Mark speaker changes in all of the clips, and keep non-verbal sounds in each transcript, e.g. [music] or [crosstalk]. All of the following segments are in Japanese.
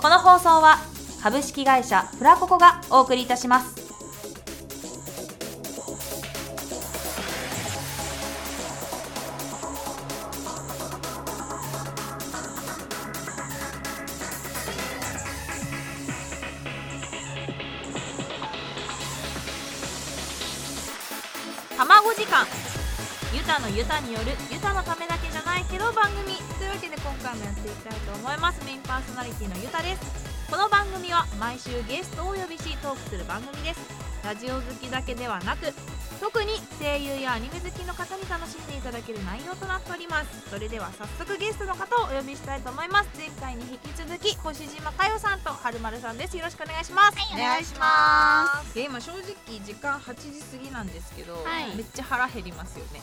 Speaker 1: この放送は株式会社フラココがお送りいたします。卵時間ユタのユタによるユタのためだけじゃないけど番組というわけで今回もやっていきたいと思いますメインパーソナリティのユタですこの番組は毎週ゲストをお呼びしトークする番組ですラジオ好きだけではなく特に声優やアニメ好きの方に楽しんでいただける内容となっておりますそれでは早速ゲストの方をお呼びしたいと思います前回に引き続き星島佳代さんと春丸さんですよろしくお願いします、
Speaker 2: お願いします
Speaker 1: で今正直時間8時過ぎなんですけど、
Speaker 2: はい
Speaker 1: めっちゃ腹減りますよね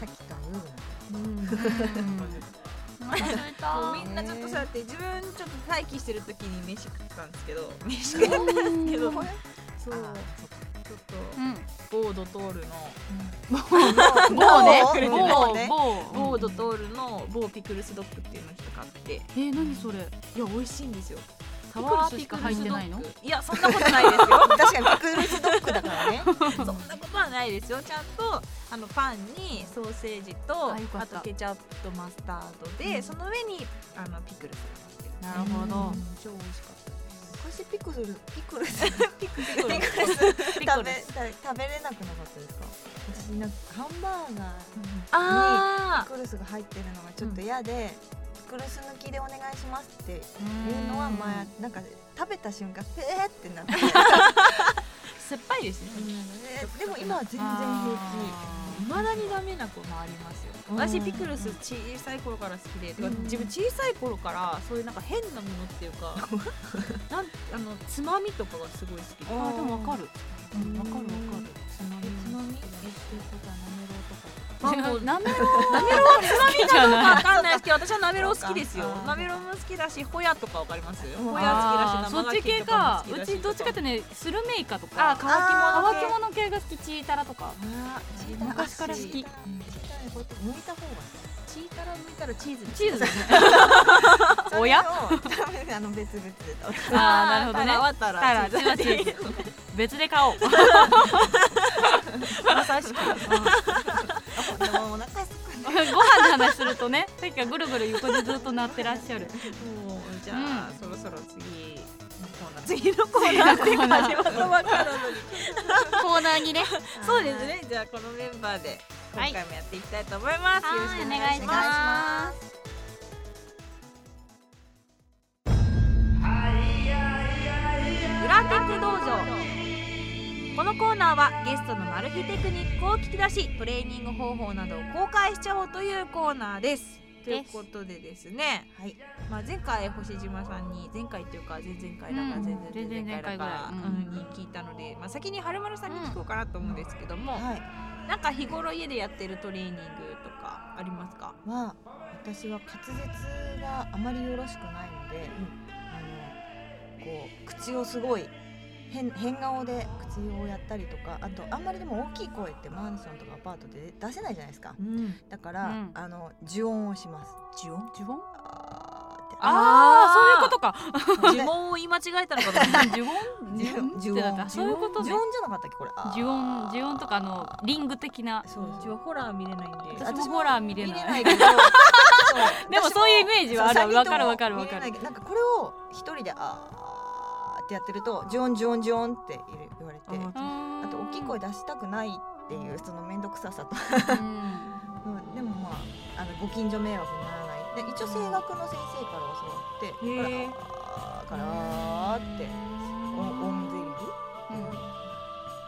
Speaker 2: さっきから夜
Speaker 1: もうみんなちょっとそうやって自分ちょっと待機してる時に飯食ったんですけど飯食ったんですけどそうちょっとボードトールの
Speaker 2: もうね
Speaker 1: くれてない
Speaker 2: もうね
Speaker 1: ボードトールの某ピクルスドッグっていうのをちょっと買って
Speaker 3: えー、何それ
Speaker 1: いや美味しいんですよ
Speaker 3: ピクルスしか入ってないの
Speaker 1: ピクルスドッグいやそんなことないですよ
Speaker 3: [laughs]
Speaker 2: 確かにピクルスドッグだから
Speaker 1: [laughs]
Speaker 2: ね
Speaker 1: そんなことはないですよちゃんとあのパンにソーセージとあ
Speaker 3: あよかった
Speaker 1: とケチャップとマスタードで、
Speaker 2: うん
Speaker 1: その上にあのピクルスが
Speaker 3: な
Speaker 1: 乗って
Speaker 3: るほ
Speaker 1: [laughs]
Speaker 3: ど
Speaker 1: うん超美味しかった
Speaker 2: 昔ピクルスピクルス
Speaker 1: ピクルス
Speaker 2: ピクルス
Speaker 1: ピ
Speaker 2: 食
Speaker 1: ク
Speaker 2: べ
Speaker 1: ル
Speaker 2: 食
Speaker 1: ス
Speaker 2: べれなくなかったですか私なんかハンバーガー
Speaker 1: あ
Speaker 2: ピクルスが入ってるのがちょっと嫌で、ピクルス抜きでお願いしますっていうのは前なんか食べた瞬間えーって
Speaker 1: [laughs]
Speaker 2: なって
Speaker 1: 酸っぱいですね
Speaker 2: えでも今は全然
Speaker 3: あ
Speaker 1: いまだにダメな子もありますよ
Speaker 2: うん
Speaker 1: 私ピクルス小さい頃から好きで、てか
Speaker 2: うん
Speaker 1: 自分小さい頃からそういうなんか変なものっていう
Speaker 3: [laughs]
Speaker 1: かなんあのつまみとかがすごい好きで
Speaker 3: あーでもわかる
Speaker 2: うん
Speaker 3: わかるわかる
Speaker 1: つまみ
Speaker 3: まあもうな
Speaker 1: な
Speaker 3: めろ
Speaker 1: めろうはつまみかどうかわかんないですけど私はなめろう好
Speaker 2: そうか
Speaker 1: きですよ
Speaker 2: あー
Speaker 1: なめろうも好きだしほやとかわかります
Speaker 2: ん
Speaker 1: ほや
Speaker 3: あ
Speaker 1: 好きだし生牡
Speaker 3: ーそっち系
Speaker 1: 蠣とか
Speaker 3: か
Speaker 1: も好き
Speaker 3: う
Speaker 1: だし
Speaker 3: ちどっちかってねスルメイカと
Speaker 1: あー
Speaker 3: か
Speaker 1: 乾き
Speaker 3: 乾
Speaker 1: 物
Speaker 3: き
Speaker 1: 系
Speaker 3: 物系が好きチータラとか
Speaker 2: あー
Speaker 3: 昔から好き
Speaker 2: チーターこと剥いた方が
Speaker 1: チータラ抜いたらチーズ
Speaker 3: チーズだね
Speaker 2: [laughs] 好き
Speaker 3: おや
Speaker 2: それをあの別々で食べ
Speaker 3: あーなるほどね
Speaker 1: たら
Speaker 3: タラチーズチーズ別で買おう
Speaker 1: まさしく
Speaker 2: たでもお腹すく
Speaker 3: ご飯の話するとねさっきからぐるぐる横でずっと鳴ってらっしゃる
Speaker 1: もうじゃあ、
Speaker 3: うん
Speaker 1: そろそろ次のコーナー次のコーナーって感じは [laughs] 分かるのに
Speaker 3: コーナーにね
Speaker 1: そうですねじゃあこのメンバーで今
Speaker 3: はい
Speaker 1: 回もやっていきたいと思います、
Speaker 3: はい
Speaker 1: よろしくお願いしまグラテック道場このコーナーはゲストのマル秘テクニックを聞き出しトレーニング方法などを公開しちゃおうというコーナーですという
Speaker 3: です
Speaker 1: ことでですね、
Speaker 2: はい
Speaker 1: まあ、前回星島さんに前回というか前々回だか
Speaker 3: うん
Speaker 1: 前々前々回だかう
Speaker 3: 前々前々回ぐらいうん
Speaker 1: んに聞いたので、まあ、先に春丸さんに聞こうかなと思うんですけども、
Speaker 2: はい
Speaker 1: なんか日頃家でやってるトレーニングとかありますか
Speaker 2: まあ私は滑舌があまりよろしくないので、あのこう口をすごい変変顔で口をやったりとかあとあんまりでも大きい声ってマンションとかアパートで出せないじゃないですか
Speaker 1: うん、
Speaker 2: だから、
Speaker 3: うん
Speaker 2: あの呪音をします呪音
Speaker 3: 呪文
Speaker 2: あーって
Speaker 3: ああそういうことか
Speaker 1: 呪文を言い間違えたのかと思った
Speaker 3: 呪文
Speaker 2: 呪文
Speaker 3: ってなったそういうことね
Speaker 2: 呪音じゃなかったっけこれあー
Speaker 3: 呪音呪音とかあのリング的な
Speaker 2: そう
Speaker 1: うちはホラー見れないんで
Speaker 3: 私もホラー見れ
Speaker 2: 見
Speaker 3: な
Speaker 2: れ
Speaker 3: い [laughs]
Speaker 2: ないけどそう
Speaker 3: でもそういうイメージはある
Speaker 2: そう
Speaker 3: わかるわかるわ
Speaker 2: 三人とも見れ
Speaker 3: か
Speaker 2: ない
Speaker 3: る
Speaker 2: けどなんかこれを一人であーってやってるとジョンジョンジョンって言われて
Speaker 1: あー
Speaker 2: あ
Speaker 3: あ
Speaker 2: と大きい声出したくないっていうその面倒くささと、うんでもまああのご近所迷惑にならないで一応声楽の先生から教わって
Speaker 1: へー
Speaker 2: あーからあーってお音ゼ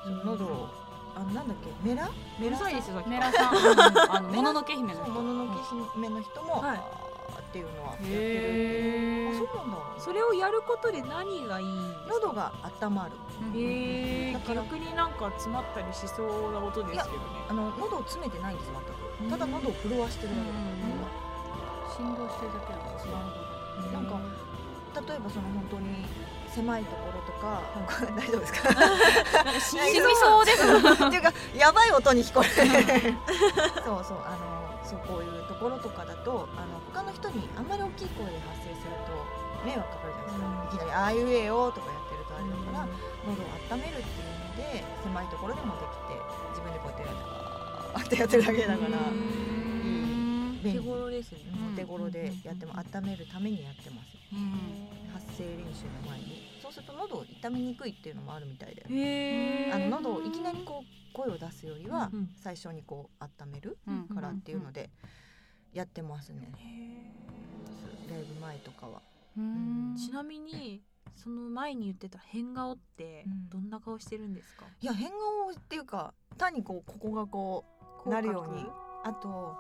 Speaker 2: リフ、喉をあなんだっけメラメラさん
Speaker 1: よさっき
Speaker 3: メラさんあのもののけ姫
Speaker 2: そ [laughs]
Speaker 3: の
Speaker 2: うもののけ姫の人も、
Speaker 1: はい
Speaker 2: あーっていうのはやってる
Speaker 3: へ
Speaker 2: あ
Speaker 3: え
Speaker 2: そうなんだ
Speaker 1: それをやることで何がいいんですか
Speaker 2: 喉が温まる
Speaker 1: へえ
Speaker 2: だから
Speaker 1: 逆になんか詰まったりしそうなことですけどね
Speaker 2: あの喉を詰めてないんです
Speaker 3: う
Speaker 2: 全く
Speaker 3: ん
Speaker 2: ただ喉を震わしてるだけだか
Speaker 3: 振動してるだけだから
Speaker 2: ら、なんか例えばその本当に狭いところとか、 [laughs] 大丈夫ですか
Speaker 3: なんか死にそうです
Speaker 2: [laughs] っていうかやばい音に聞こえる [laughs] そうそうあのそうこういうところとかだとあの他の人にあんまり大きい声で発声すると迷惑かかるじゃないですか、いきなり「ああいうえよ」とかやってるとあれだから、喉を温めるっていうので狭いところでもできて自分でこうやってやるあーってやってるだけだから、
Speaker 1: う
Speaker 2: うん
Speaker 1: ん
Speaker 2: 便利
Speaker 1: 手頃ですね
Speaker 2: お手頃でやっても温めるためにやってます
Speaker 3: うん
Speaker 2: 発声練習の前にそうすると喉を痛めにくいっていうのもあるみたいで、
Speaker 3: へー
Speaker 2: あの喉をいきなりこう声を出すよりは
Speaker 3: うん
Speaker 2: 最初にこう温める
Speaker 3: うん
Speaker 2: からっていうのでやってますね、ライブ前とかは
Speaker 3: うん
Speaker 1: ちなみにその前に言ってた変顔って
Speaker 2: うん
Speaker 1: どんな顔してるんですか、
Speaker 2: いや変顔っていうか単にこうここがこう
Speaker 1: 口角
Speaker 2: なるようにあと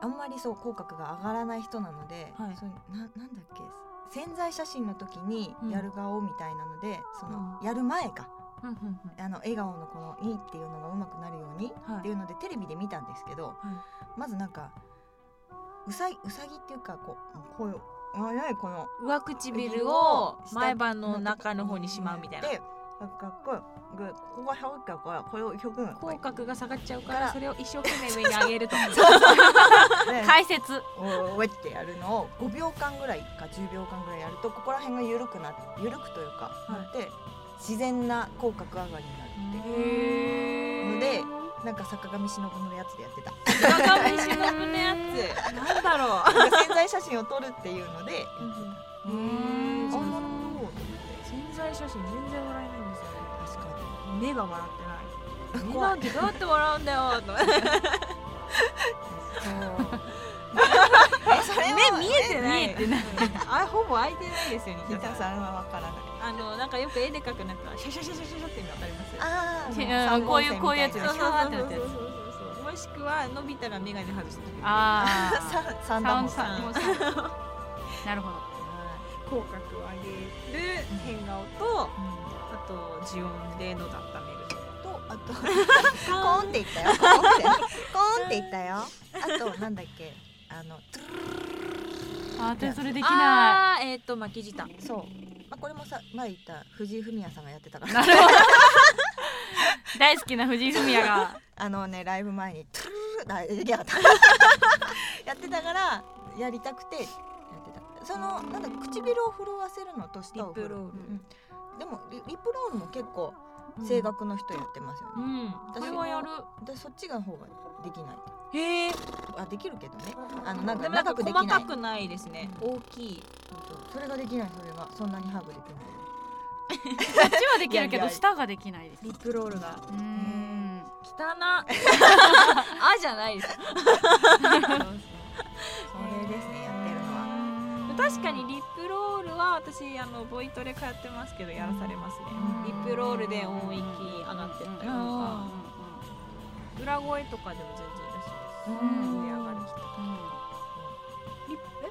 Speaker 2: あんまりそう口角が上がらない人なので、
Speaker 1: はい
Speaker 2: そうななんだっけ潜在写真の時にやる顔みたいなので、その
Speaker 1: う
Speaker 2: やる前か
Speaker 1: うんうんうん
Speaker 2: あの笑顔のこの「いい」っていうのがうまくなるように
Speaker 1: は
Speaker 2: っていうのでテレビで見たんですけど、まずなんかうさいうさぎっていうかこうこういうあ何この
Speaker 1: 上唇を前歯の中の方にしまうみたいな
Speaker 2: でなんかこうグーここが下がったからこれを一生懸命
Speaker 1: 口角が下がっちゃうか
Speaker 2: からら
Speaker 1: それを一生懸命上に上げると
Speaker 2: ね
Speaker 3: 解説
Speaker 2: おえってやるのを5秒間ぐらいか10秒間ぐらいやるとここら辺が緩くなって緩くというか、
Speaker 1: い
Speaker 2: なって自然な口角上がりになるって
Speaker 1: へ
Speaker 2: のでなんか坂上忍のやつでやってた
Speaker 1: 坂上忍のやつなんだろう
Speaker 2: なんか潜在写真を撮るっていうのでやって
Speaker 1: [laughs] へー
Speaker 2: たあなるほどと思って
Speaker 1: 潜在写真全然笑えないんですよ
Speaker 2: 確か
Speaker 1: 目が笑ってない目な
Speaker 2: 怖
Speaker 1: んてどうやって笑うんだよと思って
Speaker 2: にえそれは
Speaker 1: 目見えてない
Speaker 3: 見えてない
Speaker 1: あほぼ開いてないですよね
Speaker 2: ギターさんはわからない
Speaker 1: あのなんかよく絵で描くなんかシャシャシャシャシャシャっていうのわかります
Speaker 2: あ
Speaker 3: うん
Speaker 2: ー
Speaker 3: こういうこういうやつ
Speaker 1: そうそうそうそうそうそう
Speaker 3: でしょ
Speaker 1: そうもしくは伸びたら眼鏡外した時に
Speaker 3: あー
Speaker 2: サン
Speaker 3: サ
Speaker 2: ダ
Speaker 3: ウ
Speaker 2: モ
Speaker 3: ン
Speaker 2: ンさ
Speaker 3: さ
Speaker 2: ん
Speaker 3: んもうさなるほど
Speaker 1: 口角を上げる変顔とあと自音で喉温
Speaker 2: とあとコ
Speaker 1: め
Speaker 2: ー
Speaker 1: る
Speaker 2: ンって言ったよ。コーンって。コーンって言ったよ。あとなんだっけ。あの
Speaker 3: あ私それできな
Speaker 1: あーえっ、と巻き舌
Speaker 2: そう。まあこれもさ前言った藤井フミヤさんがやってたか
Speaker 3: い
Speaker 2: ら。
Speaker 3: なるほど大好きな藤井フミヤが
Speaker 2: あのねライブ前にトゥルルルあできなかった。やってたからやりたくてやってた。そのなんだ唇を震わせるのと舌を震
Speaker 1: リップロー
Speaker 2: わ
Speaker 1: ル
Speaker 2: うんでもリリップロールも結構声楽の人やってますよ
Speaker 1: う
Speaker 2: ね。
Speaker 1: ん
Speaker 3: これはやる
Speaker 2: でそっちが方ができない。
Speaker 1: へえ
Speaker 2: あできるけどね。あのなん
Speaker 1: で
Speaker 2: か
Speaker 1: もなんか
Speaker 2: 長くできない。
Speaker 1: 細かくないですね大きい
Speaker 2: それができないそれがそんなにハグできない。
Speaker 3: こっちはできるけ
Speaker 2: いやい
Speaker 3: ど
Speaker 2: や
Speaker 3: 舌ができないです
Speaker 1: リップロールが
Speaker 3: うーん
Speaker 1: [laughs] 汚なあじゃないです
Speaker 2: それですねやってるのは。
Speaker 1: 確かにリップロールは私あのボイトレ通ってますけどやらされますねリップロールで音域上がってったりとか裏声とかでも全然らしいです
Speaker 2: うん
Speaker 1: 上がる人リップえ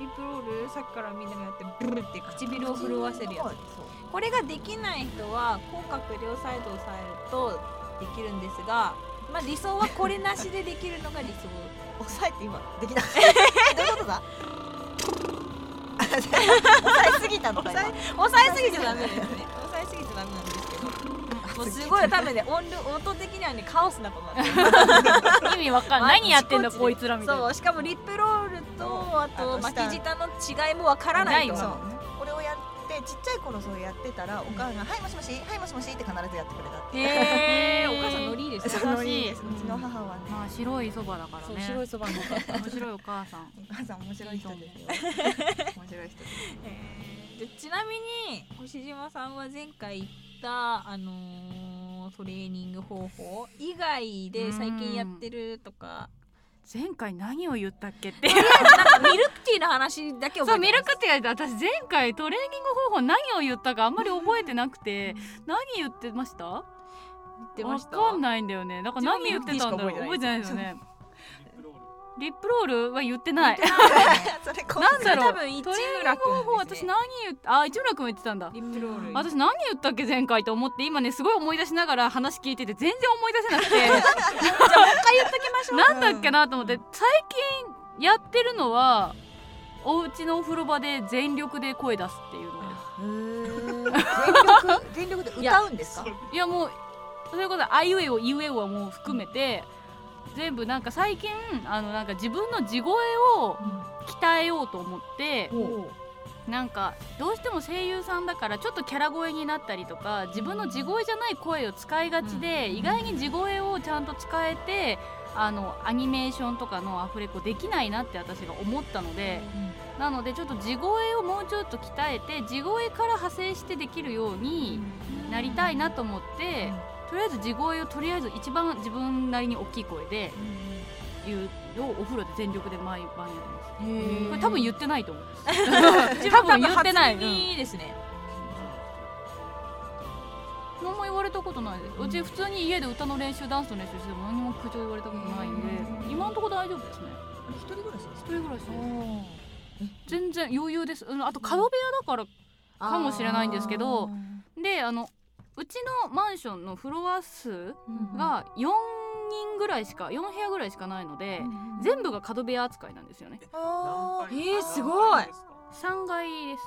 Speaker 1: リップロールさっきからみんながやってブルって唇を震わせるやつ
Speaker 2: つ。
Speaker 1: これができない人は口角両サイドを押さえるとできるんですが、まあ、理想はこれなしでできるのが理想
Speaker 2: 抑えて今できない。どういうことだ。抑えすぎたのか今。
Speaker 1: 抑えすぎちゃダメですね抑えすぎちゃダメなんです [laughs] けどもうすごい多分ね音量音的にはねカオスなことになってる
Speaker 3: 意味わかんない何やってんだこいつらみたい
Speaker 1: そ
Speaker 3: な
Speaker 1: うしかもリップロールとあと
Speaker 2: あと
Speaker 1: 巻
Speaker 2: 下
Speaker 1: き舌の違いもわからないと
Speaker 3: ない
Speaker 2: そ
Speaker 1: 思
Speaker 2: う
Speaker 1: う。
Speaker 2: これをやってちっちゃい頃そうやってたらお母さんはいもしもしはいもしもしって必ずやってくれたって。
Speaker 1: え
Speaker 3: へ
Speaker 1: ーお母さんノリいいですね
Speaker 2: そ
Speaker 3: 優しい
Speaker 2: のいいです。うちの母はね。
Speaker 3: まあ白いそばだから
Speaker 1: そう
Speaker 3: ね
Speaker 1: 白いそば [laughs] のお母さん
Speaker 3: 面白いお母さん
Speaker 2: お母さん面白い人ですよ。面白い人 [laughs] です。
Speaker 1: でちなみに星島さんは前回言った、あのートレーニング方法以外で最近やってるとか
Speaker 3: 前回何を言ったっけって [laughs] いう
Speaker 1: なんかミルクティーの話だけ覚
Speaker 3: そう
Speaker 1: え
Speaker 3: ミ
Speaker 1: て
Speaker 3: ルクティーが私前回トレーニング方法何を言ったかあんまり覚えてなくて何言ってました
Speaker 1: ます出ました
Speaker 3: わかんないんだよねだから何言ってたんだろう
Speaker 1: 自
Speaker 3: 覚
Speaker 1: 分
Speaker 3: えてない
Speaker 1: で
Speaker 3: ですよねリップロールは言ってない
Speaker 2: それこ
Speaker 3: なんだろ
Speaker 1: 多
Speaker 3: う
Speaker 1: 分市
Speaker 3: トレーニン
Speaker 1: 村
Speaker 3: グ方法
Speaker 1: 君です
Speaker 3: 私
Speaker 1: ね
Speaker 3: 何言ったあ市村君も言ってたんだ
Speaker 1: リップロール
Speaker 3: 私何言ったっけ前回と思って今ねすごい思い出しながら話聞いてて全然思い出せな
Speaker 1: [laughs]
Speaker 3: くて
Speaker 1: じゃあもう一回言っときましょう
Speaker 3: なんだっけなと思って最近やってるのはお家のお風呂場で全力で声出すっていうのをやる
Speaker 2: へー全力全力で歌うんですか
Speaker 3: いやもうそれこそあいうえおいうえおはもう含めて全部なんか最近あのなんか自分の地声を鍛えようと思って
Speaker 2: お
Speaker 3: なんかどうしても声優さんだからちょっとキャラ声になったりとか自分の地声じゃない声を使いがちで、意外に地声をちゃんと使えてあのアニメーションとかのアフレコできないなって私が思ったので、なのでちょっと地声をもうちょっと鍛えて地声から派生してできるようになりたいなと思って、とりあえず地声をとりあえず一番自分なりに大きい声で言うのをお風呂で全力で毎晩やります。これ多分言ってないと思う。多分言ってない。うん
Speaker 1: いいですね。
Speaker 3: 何も言われたことないですうち普通に家で歌の練習ダンスの練習しても何も苦情言われたことないんで
Speaker 2: うん
Speaker 3: 今のところ大丈夫ですね
Speaker 2: 一人暮らしです
Speaker 3: 一人暮らし
Speaker 2: お
Speaker 3: です全然余裕ですうんあと角部屋だか
Speaker 2: ー
Speaker 3: かもしれないんですけど
Speaker 2: あー
Speaker 3: らであのうちのマンションのフロア数
Speaker 2: うん
Speaker 3: が4人ぐらいしか4部屋ぐらいしかないので
Speaker 2: うん
Speaker 3: 全部が角部屋扱いなんですよね
Speaker 2: あー
Speaker 1: えーすごい
Speaker 3: 3階です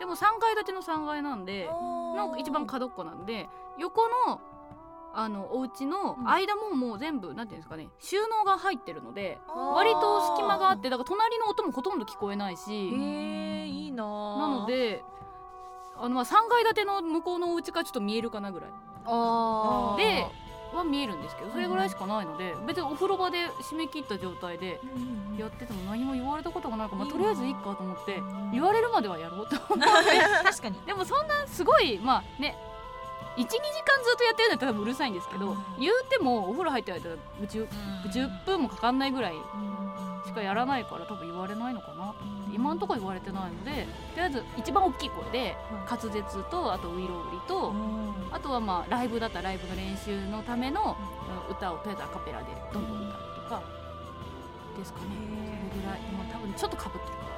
Speaker 3: でも3階建ての3階なんでの一番
Speaker 2: か
Speaker 3: 角っこなんで横のあのお家の間ももう全部なんていうんですかね収納が入ってるので割と隙間があってだから隣の音もほとんど聞こえない
Speaker 1: え
Speaker 3: し
Speaker 1: ー、いいなー。
Speaker 3: なのであのまあ3階建ての向こうのお家がちょっと見えるかなぐらい
Speaker 1: あー、
Speaker 3: では見えるんですけどそれぐらいしかないので別にお風呂場で締め切った状態でやってても何も言われたことがないから、まあ、とりあえずいいかと思って言われるまではやろうと [laughs] 思って
Speaker 1: 確かに。
Speaker 3: でもそんなすごいまあね12時間ずっとやってるんだったら多分うるさいんですけど言うてもお風呂入ってる間うち10分もかかんないぐらいしかやらないから多分言われないのかなと思って今のところ言われてないのでとりあえず一番大きい声で滑舌とあとウイロウリとあとはまあライブだったらライブの練習のためのうん歌をとりあえずアカペラでどんどん歌うとかですかねそれぐらいまあ多分ちょっとかぶってるかもし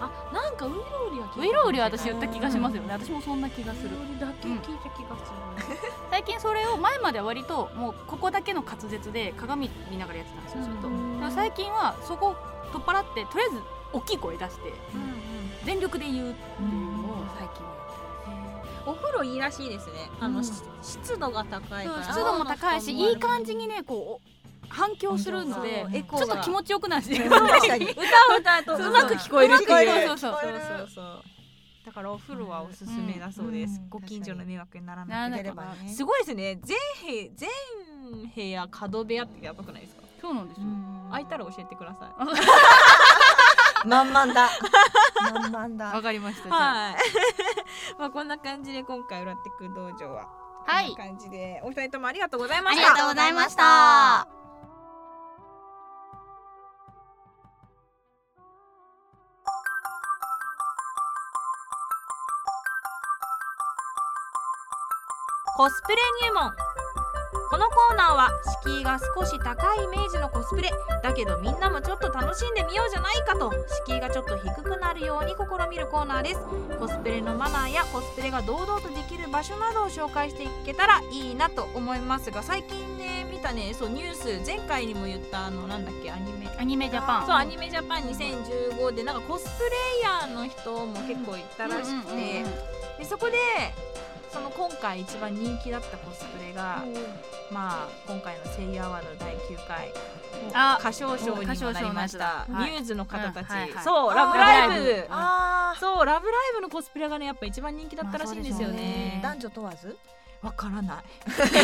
Speaker 1: あ、なんかウイロウリは
Speaker 3: れないウイロウリは私言った気がしますよね私もそんな気がする
Speaker 1: ウイロウリだけ聞いた気がする。
Speaker 3: 最近それを前までは割ともうここだけの滑舌で鏡見ながらやってたんですよずっと
Speaker 1: う
Speaker 3: で
Speaker 1: ん
Speaker 3: も最近はそこを取っ払ってとりあえず大きい声出して全力で言うっていうのを最近はやってます
Speaker 1: お風呂いいらしいですね。あの、
Speaker 2: うん
Speaker 1: し湿度が高いか
Speaker 3: そう
Speaker 1: ら。
Speaker 3: 湿度も高いし
Speaker 1: あー
Speaker 3: いい感じにねこうお反響するので
Speaker 1: そうエ
Speaker 3: ち
Speaker 1: コー
Speaker 3: ょっ
Speaker 1: が
Speaker 3: と気持ちよくなるし
Speaker 2: 確かに
Speaker 1: 歌を歌うと
Speaker 3: そう
Speaker 1: うまく聞こえるって
Speaker 3: うまく聞こえ
Speaker 1: い
Speaker 3: る
Speaker 1: う。
Speaker 3: そうそう
Speaker 2: 聞こえる
Speaker 1: そうそうだからお風呂はおすすめだそうです。
Speaker 2: うん
Speaker 1: ご近所の迷惑にならな
Speaker 3: なら
Speaker 1: い。
Speaker 3: な
Speaker 2: 出
Speaker 3: い
Speaker 2: ればね
Speaker 1: すごいですね。全部全部屋角部屋ってやばくないですか。
Speaker 3: そうなんですよ
Speaker 1: 空いたら教えてくださ
Speaker 2: 満々だ満々だ
Speaker 3: わかりました
Speaker 1: い。
Speaker 3: じゃあ
Speaker 1: はい。 [laughs] まあこんな感じで今回裏テク道場は
Speaker 3: は
Speaker 1: こ
Speaker 3: い
Speaker 1: んな感じでお二人ともありがとうございました
Speaker 2: あり。がとうございました
Speaker 1: コスプレ入門このコーナーは敷居が少し高いイメージのコスプレだけどみんなもちょっと楽しんでみようじゃないかと敷居がちょっと低くなるように試みるコーナーですコスプレのマナーやコスプレが堂々とできる場所などを紹介していけたらいいなと思いますが最近ね見たねそうニュース前回にも言ったあのなんだっけアニメ
Speaker 3: アニメジャパン
Speaker 1: そうアニメジャパン2015でなんかコスプレイヤーの人も結構いたらしく
Speaker 3: うんうんうん
Speaker 1: てでそこでその今回一番人気だったコスプレが、まあ今回の声優アワード第9回
Speaker 3: あ
Speaker 1: 歌唱賞にもなりました
Speaker 3: 歌唱賞のやつだはい
Speaker 1: ミューズの方たち、
Speaker 3: うんはいはい
Speaker 1: そう「
Speaker 2: あー
Speaker 1: ラブライブ」
Speaker 3: ラブライブ
Speaker 2: あ
Speaker 1: そう「ラブライブ!」のコスプレがねやっぱ一番人気だったらしいんですよね
Speaker 2: ー。男女問わず
Speaker 1: わからな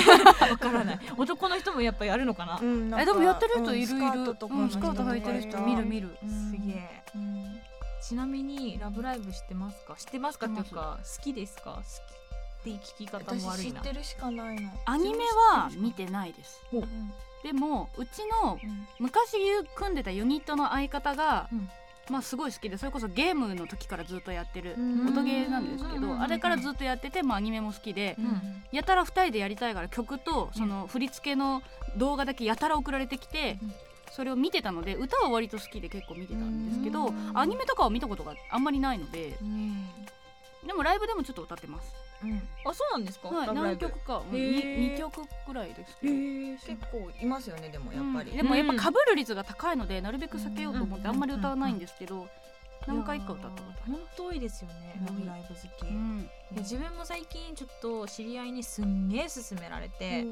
Speaker 1: い
Speaker 3: [laughs]
Speaker 1: わからない男の人もやっぱやるのかな、
Speaker 2: うんなん
Speaker 3: え
Speaker 2: か
Speaker 3: でもやってる人いるいる、
Speaker 2: うんんス
Speaker 3: う、ス
Speaker 2: カ
Speaker 3: カー
Speaker 2: ー
Speaker 3: ト
Speaker 2: ト
Speaker 3: と
Speaker 2: と
Speaker 3: か
Speaker 2: か
Speaker 3: の
Speaker 2: の人
Speaker 3: 人スカート履いてる人見る見る
Speaker 1: すげえ
Speaker 2: うん
Speaker 1: ちなみにラブライブ知ってますか知ってますかっていう
Speaker 3: 知って
Speaker 1: か好きですか好きって聞き方も悪
Speaker 2: 私知
Speaker 1: い
Speaker 2: っ
Speaker 1: な
Speaker 2: てるしかないの
Speaker 3: アニメは見てないです
Speaker 2: うん
Speaker 3: でもうちの
Speaker 2: うん
Speaker 3: 昔組んでたユニットの相方が、
Speaker 1: うん
Speaker 3: まあすごい好きでそれこそゲームの時からずっとやってる、
Speaker 2: うん
Speaker 3: 音ゲーなんですけ
Speaker 1: うんうんうんう
Speaker 3: ど
Speaker 1: ん
Speaker 3: あれからずっとやってて、まあ、アニメも好きで
Speaker 2: う、ん
Speaker 3: やたら2人でやりたいから曲とその振り付けの動画だけやたら送られてきて、
Speaker 2: うん
Speaker 3: それを見てたので歌は割と好きで結構見てたんですけど、
Speaker 2: うん
Speaker 3: アニメとかは見たことがあんまりないので
Speaker 2: うん
Speaker 3: でもライブでもちょっと歌ってます、
Speaker 2: うん
Speaker 1: あそうなんですか、
Speaker 3: はい、
Speaker 1: ラブライ
Speaker 3: 何
Speaker 1: ブ
Speaker 3: 曲か、うん、
Speaker 1: へー
Speaker 3: 2, 曲ぐらいですけど。
Speaker 2: 結構いますよねでもやっぱり
Speaker 3: うんでもやっぱ被る率が高いのでなるべく避けようと思ってあんまり歌わないんですけど、何回か歌ったことある
Speaker 1: 本当多いですよね、
Speaker 2: うん
Speaker 1: ラブライブ好き、
Speaker 3: う
Speaker 1: い
Speaker 3: ん
Speaker 1: や自分も最近ちょっと知り合いにすんげえ勧められて、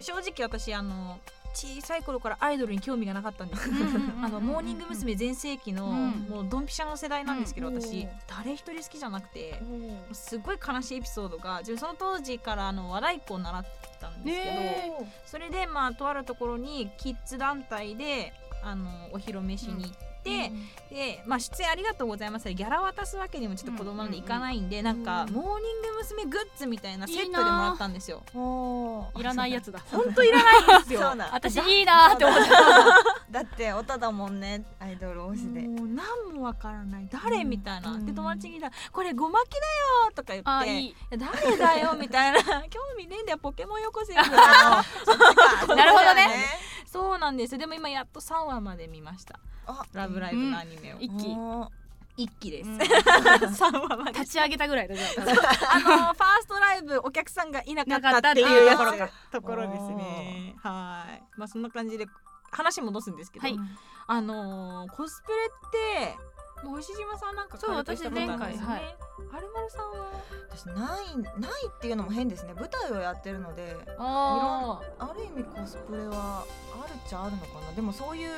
Speaker 1: 正直私あの小さい頃からアイドルに興味がなかったんですよ [laughs] あのモーニング娘。全盛期の、
Speaker 3: うん
Speaker 1: もうドンピシャの世代なんですけど、
Speaker 2: うん
Speaker 1: 私
Speaker 2: おー
Speaker 1: 誰一人好きじゃなくて、すごい悲しいエピソードが自分その当時からあの和太鼓を習ってたんですけど、
Speaker 3: ね
Speaker 1: それでまあとあるところにキッズ団体であのお披露目しに行って、でまあ、出演ありがとうございますギャラ渡すわけにもちょっと子供なんで行かないんで、なんか
Speaker 2: うん
Speaker 1: モーニング娘。グッズみたいなセット
Speaker 3: いい
Speaker 1: でも
Speaker 3: な
Speaker 1: らったんですよ。
Speaker 3: いらないやつだ。
Speaker 1: 本当いらないんですよ
Speaker 2: そうな
Speaker 3: 私いいなーって思った。
Speaker 2: だってオタだもんねアイドル推しで
Speaker 1: もう何もわからない誰
Speaker 2: うん
Speaker 1: みたいな、
Speaker 2: う
Speaker 1: で
Speaker 2: ん
Speaker 1: 友達にだ「これゴマキだよ」とか言って
Speaker 3: あいい。
Speaker 1: 「誰だよ」みたいな [laughs] 「興味ねえんだよポケモンよこせ」みたいな
Speaker 3: [laughs]
Speaker 2: あのそっちか
Speaker 3: なるほどね
Speaker 1: そうなんですよでも今やっと3話まで見ました
Speaker 2: あ
Speaker 1: 「ラブライブ!」のアニメを、
Speaker 3: うん一気
Speaker 2: おー
Speaker 1: 一気です、[laughs]
Speaker 3: 立
Speaker 1: 三話まで
Speaker 3: ち上げたぐらいだじゃ
Speaker 1: あのーファーストライブお客さんがいなか
Speaker 3: なか
Speaker 1: っ
Speaker 3: ったた
Speaker 1: っ
Speaker 3: ってて
Speaker 1: い
Speaker 3: いうう
Speaker 1: と
Speaker 3: と
Speaker 1: こ
Speaker 3: こ
Speaker 1: ろが
Speaker 3: ろ
Speaker 2: が
Speaker 1: ところですねはいまあそんな感じで話戻すんですけど、
Speaker 3: はい
Speaker 1: あのーコスプレってもう牛島さんなんか
Speaker 3: そう
Speaker 1: 軽くしたことあるんですよね
Speaker 3: 私前回はい
Speaker 1: はるまるさんは
Speaker 2: 私ないないっていうのも変ですね舞台をやってるので
Speaker 3: あ
Speaker 2: ある意味コスプレはあるっちゃあるのかなでもそういう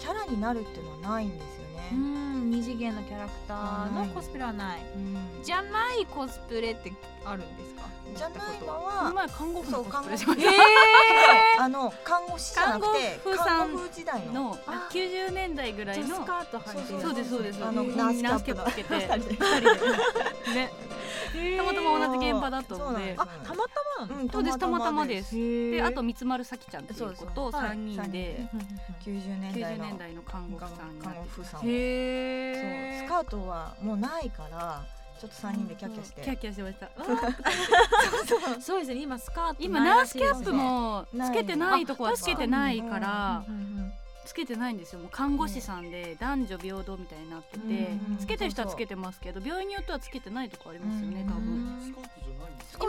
Speaker 2: キャラになるっていうのはないんですよ
Speaker 1: う
Speaker 2: ね、
Speaker 1: ん二次元のキャラクターのコスプレはない、
Speaker 2: うんじ
Speaker 1: じゃないコスプレってあるんですか
Speaker 2: ゃじゃないの
Speaker 3: あ。
Speaker 2: は
Speaker 3: 前看護婦のコスプレし
Speaker 2: そ
Speaker 3: ま
Speaker 2: う
Speaker 3: し
Speaker 1: え
Speaker 2: [laughs] あの看護師じゃなくて
Speaker 3: 看護婦さん
Speaker 2: 看護婦時代
Speaker 3: た。
Speaker 2: の
Speaker 3: の90年代ぐらい
Speaker 1: ー、ス
Speaker 3: の。
Speaker 1: カート履いてる
Speaker 3: そうですそうです。
Speaker 2: あの
Speaker 3: ナ
Speaker 2: ナ
Speaker 3: ー
Speaker 2: ー
Speaker 3: ス
Speaker 2: スキ
Speaker 3: キャ
Speaker 2: ャ
Speaker 3: ッ
Speaker 2: ッ
Speaker 3: プ
Speaker 2: プの
Speaker 3: つけて。
Speaker 1: 二人
Speaker 2: [laughs]
Speaker 1: で
Speaker 3: ね。
Speaker 1: えー
Speaker 3: たまたま同じ現場だった
Speaker 2: そう
Speaker 3: の
Speaker 2: なん
Speaker 3: で
Speaker 2: です。
Speaker 1: あたまたまなん
Speaker 2: ん
Speaker 3: そうですたまたまです。
Speaker 1: で
Speaker 3: であと三つ丸咲ちゃんっていう子
Speaker 2: そ
Speaker 3: と
Speaker 2: うそうはい
Speaker 3: 三人で
Speaker 2: 90年代
Speaker 3: 90
Speaker 2: の
Speaker 3: 年代の看護婦さんにな
Speaker 2: 看
Speaker 3: って
Speaker 2: 護婦さんをそう
Speaker 1: へ
Speaker 2: スカートはもうないからちょっと3人でキャッキャして
Speaker 3: キャッキャしてました。
Speaker 1: ーそうですね今スカート
Speaker 3: 今
Speaker 1: ない
Speaker 3: ナ
Speaker 1: ら
Speaker 3: ー
Speaker 1: し
Speaker 3: ス
Speaker 1: い
Speaker 3: キ
Speaker 1: で
Speaker 3: ャ
Speaker 1: す
Speaker 3: ッ
Speaker 1: ね
Speaker 3: プもつけてないとこはつけてないか
Speaker 1: あ
Speaker 3: ら
Speaker 1: 確かにうんうんうん
Speaker 3: つけてないんですよもう看護師さんで男女平等みたいになってて、
Speaker 1: うんうん
Speaker 3: つけてる人はつけてますけど病院によってはつけてないとこありますよね、
Speaker 2: うん
Speaker 3: 多分
Speaker 1: スカ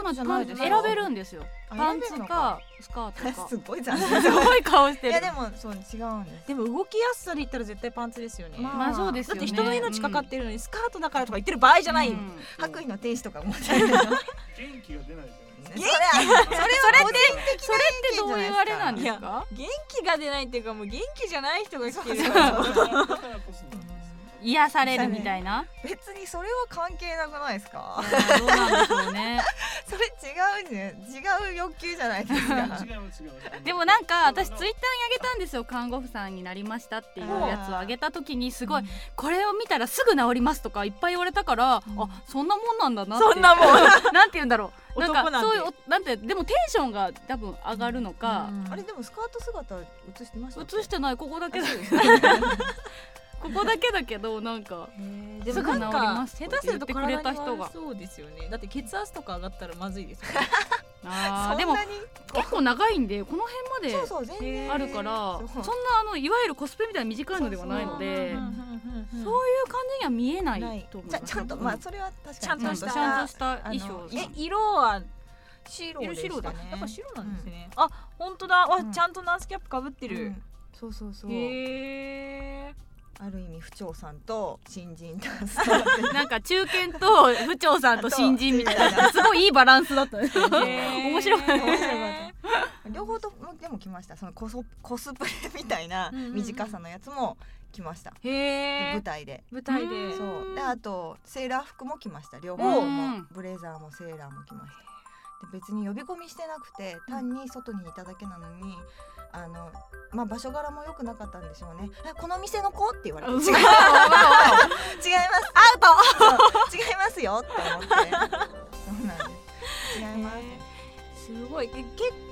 Speaker 1: ー
Speaker 2: スカートじゃない
Speaker 3: 今
Speaker 2: です
Speaker 3: 選べるんですよ
Speaker 2: あ
Speaker 3: パ
Speaker 2: 選
Speaker 3: ン
Speaker 2: べ
Speaker 3: ツ
Speaker 2: るの
Speaker 3: かスカートか
Speaker 2: すご [laughs] い残
Speaker 3: [laughs] す
Speaker 2: 念
Speaker 3: ごい顔して
Speaker 2: い
Speaker 3: る
Speaker 2: やで
Speaker 3: [laughs]
Speaker 2: もそう違うんです
Speaker 1: でも動きやすさで言ったら絶対パンツですよね、
Speaker 2: まあ
Speaker 3: まあそうです
Speaker 1: だ
Speaker 3: よ
Speaker 1: っ
Speaker 3: ね
Speaker 1: て人の命かかってるのにスカートだからとか言ってる場合じゃないよ、
Speaker 3: うん
Speaker 2: 白衣の天使とか持ってるそれ
Speaker 3: [laughs]
Speaker 2: は
Speaker 4: 元気が出ないですよ
Speaker 2: そ
Speaker 4: ね。
Speaker 2: れ
Speaker 4: 個人的
Speaker 3: それってどういうあれなんです
Speaker 1: い
Speaker 3: か
Speaker 1: 元気が出ないっていうかもう元気じゃない人が来てる
Speaker 2: そう
Speaker 1: から
Speaker 4: だからこそなんですよ。
Speaker 3: 癒されるみたいな、
Speaker 2: [laughs] 別にそれは関係なくないですか [laughs]
Speaker 3: どうなんでしょ
Speaker 1: [laughs]
Speaker 3: うね
Speaker 2: それ違うね違う欲求じゃないです
Speaker 4: 違
Speaker 2: か
Speaker 4: う違う。
Speaker 3: でもなんか私ツイッター
Speaker 4: イ
Speaker 3: にあげたんですよ看護婦さんになりましたっていうやつをあげた時にすごい
Speaker 2: うん
Speaker 3: これを見たらすぐ治りますとかいっぱい言われたから、
Speaker 2: うん
Speaker 3: あそんなもんなんだなって
Speaker 1: そんなもん
Speaker 3: [laughs] なんて言うんだろう。な
Speaker 1: [laughs]
Speaker 3: ん
Speaker 1: 男
Speaker 3: か
Speaker 1: なんて
Speaker 3: そういうおなんてでもテンションが多分上がるのか。
Speaker 2: あれでもスカート姿映してましたっけ
Speaker 3: 映してないここだけだここだけだけどなんか
Speaker 1: ですも
Speaker 3: ぐ治り
Speaker 1: なんか
Speaker 3: ます
Speaker 1: 下手すると体に
Speaker 3: 言ってくれた人が
Speaker 1: 悪そうですよねだって血圧とか上がったらまずいですよね
Speaker 3: あ
Speaker 2: そ
Speaker 3: ー
Speaker 2: ん
Speaker 3: でも
Speaker 2: なに
Speaker 3: 結構長いんでこの辺
Speaker 2: そう
Speaker 3: ま
Speaker 2: そう全
Speaker 3: で
Speaker 2: 然
Speaker 3: あるから
Speaker 2: そ
Speaker 3: そん
Speaker 2: う
Speaker 3: なあのいわゆるコスプレみたいに短いのではないので
Speaker 1: うんうんうんうんうん
Speaker 3: そういう感じには見えな
Speaker 2: ないい
Speaker 3: と思い
Speaker 2: ちゃ
Speaker 3: ます。
Speaker 2: ちゃんとまあそれは確かに
Speaker 1: ちゃんとした
Speaker 3: ちゃんとした衣
Speaker 2: あの
Speaker 3: 装。
Speaker 2: え
Speaker 1: え色は
Speaker 2: 白
Speaker 1: 色
Speaker 2: でし
Speaker 1: 白
Speaker 2: た
Speaker 1: だ
Speaker 2: ね
Speaker 1: やっぱ白なんですね、あ本当だわ、
Speaker 2: うん
Speaker 1: ちゃんとナースキャップかぶって
Speaker 2: う
Speaker 1: る
Speaker 2: ん、そうそうそう、
Speaker 1: へえ
Speaker 2: ある意味不調さんと新
Speaker 1: [laughs]
Speaker 2: 人ダンス
Speaker 3: なんか中堅と部長さんと新人
Speaker 2: [laughs]
Speaker 3: みたいなすごいいいバランスだったね。 [laughs] 面白い。
Speaker 2: 面白か両方ともでも来ましたそのコソコスプレみたいな
Speaker 1: うんうんうん
Speaker 2: 短さのやつも来ました、
Speaker 1: へえ
Speaker 2: 舞台で
Speaker 1: 舞台で
Speaker 3: うん
Speaker 2: そうであとセーラー服も来ました両方
Speaker 3: う
Speaker 2: も
Speaker 3: ん
Speaker 2: ブレザーもセーラーも来ましたで別に呼び込みしてなくて単に外にいただけなのにあのまあ場所柄も良くなかったんでしょうねえこの店の子って言われて違う違
Speaker 3: [laughs]
Speaker 2: いますアウト違いますよって思ってそうなんです違います
Speaker 1: すごいえ結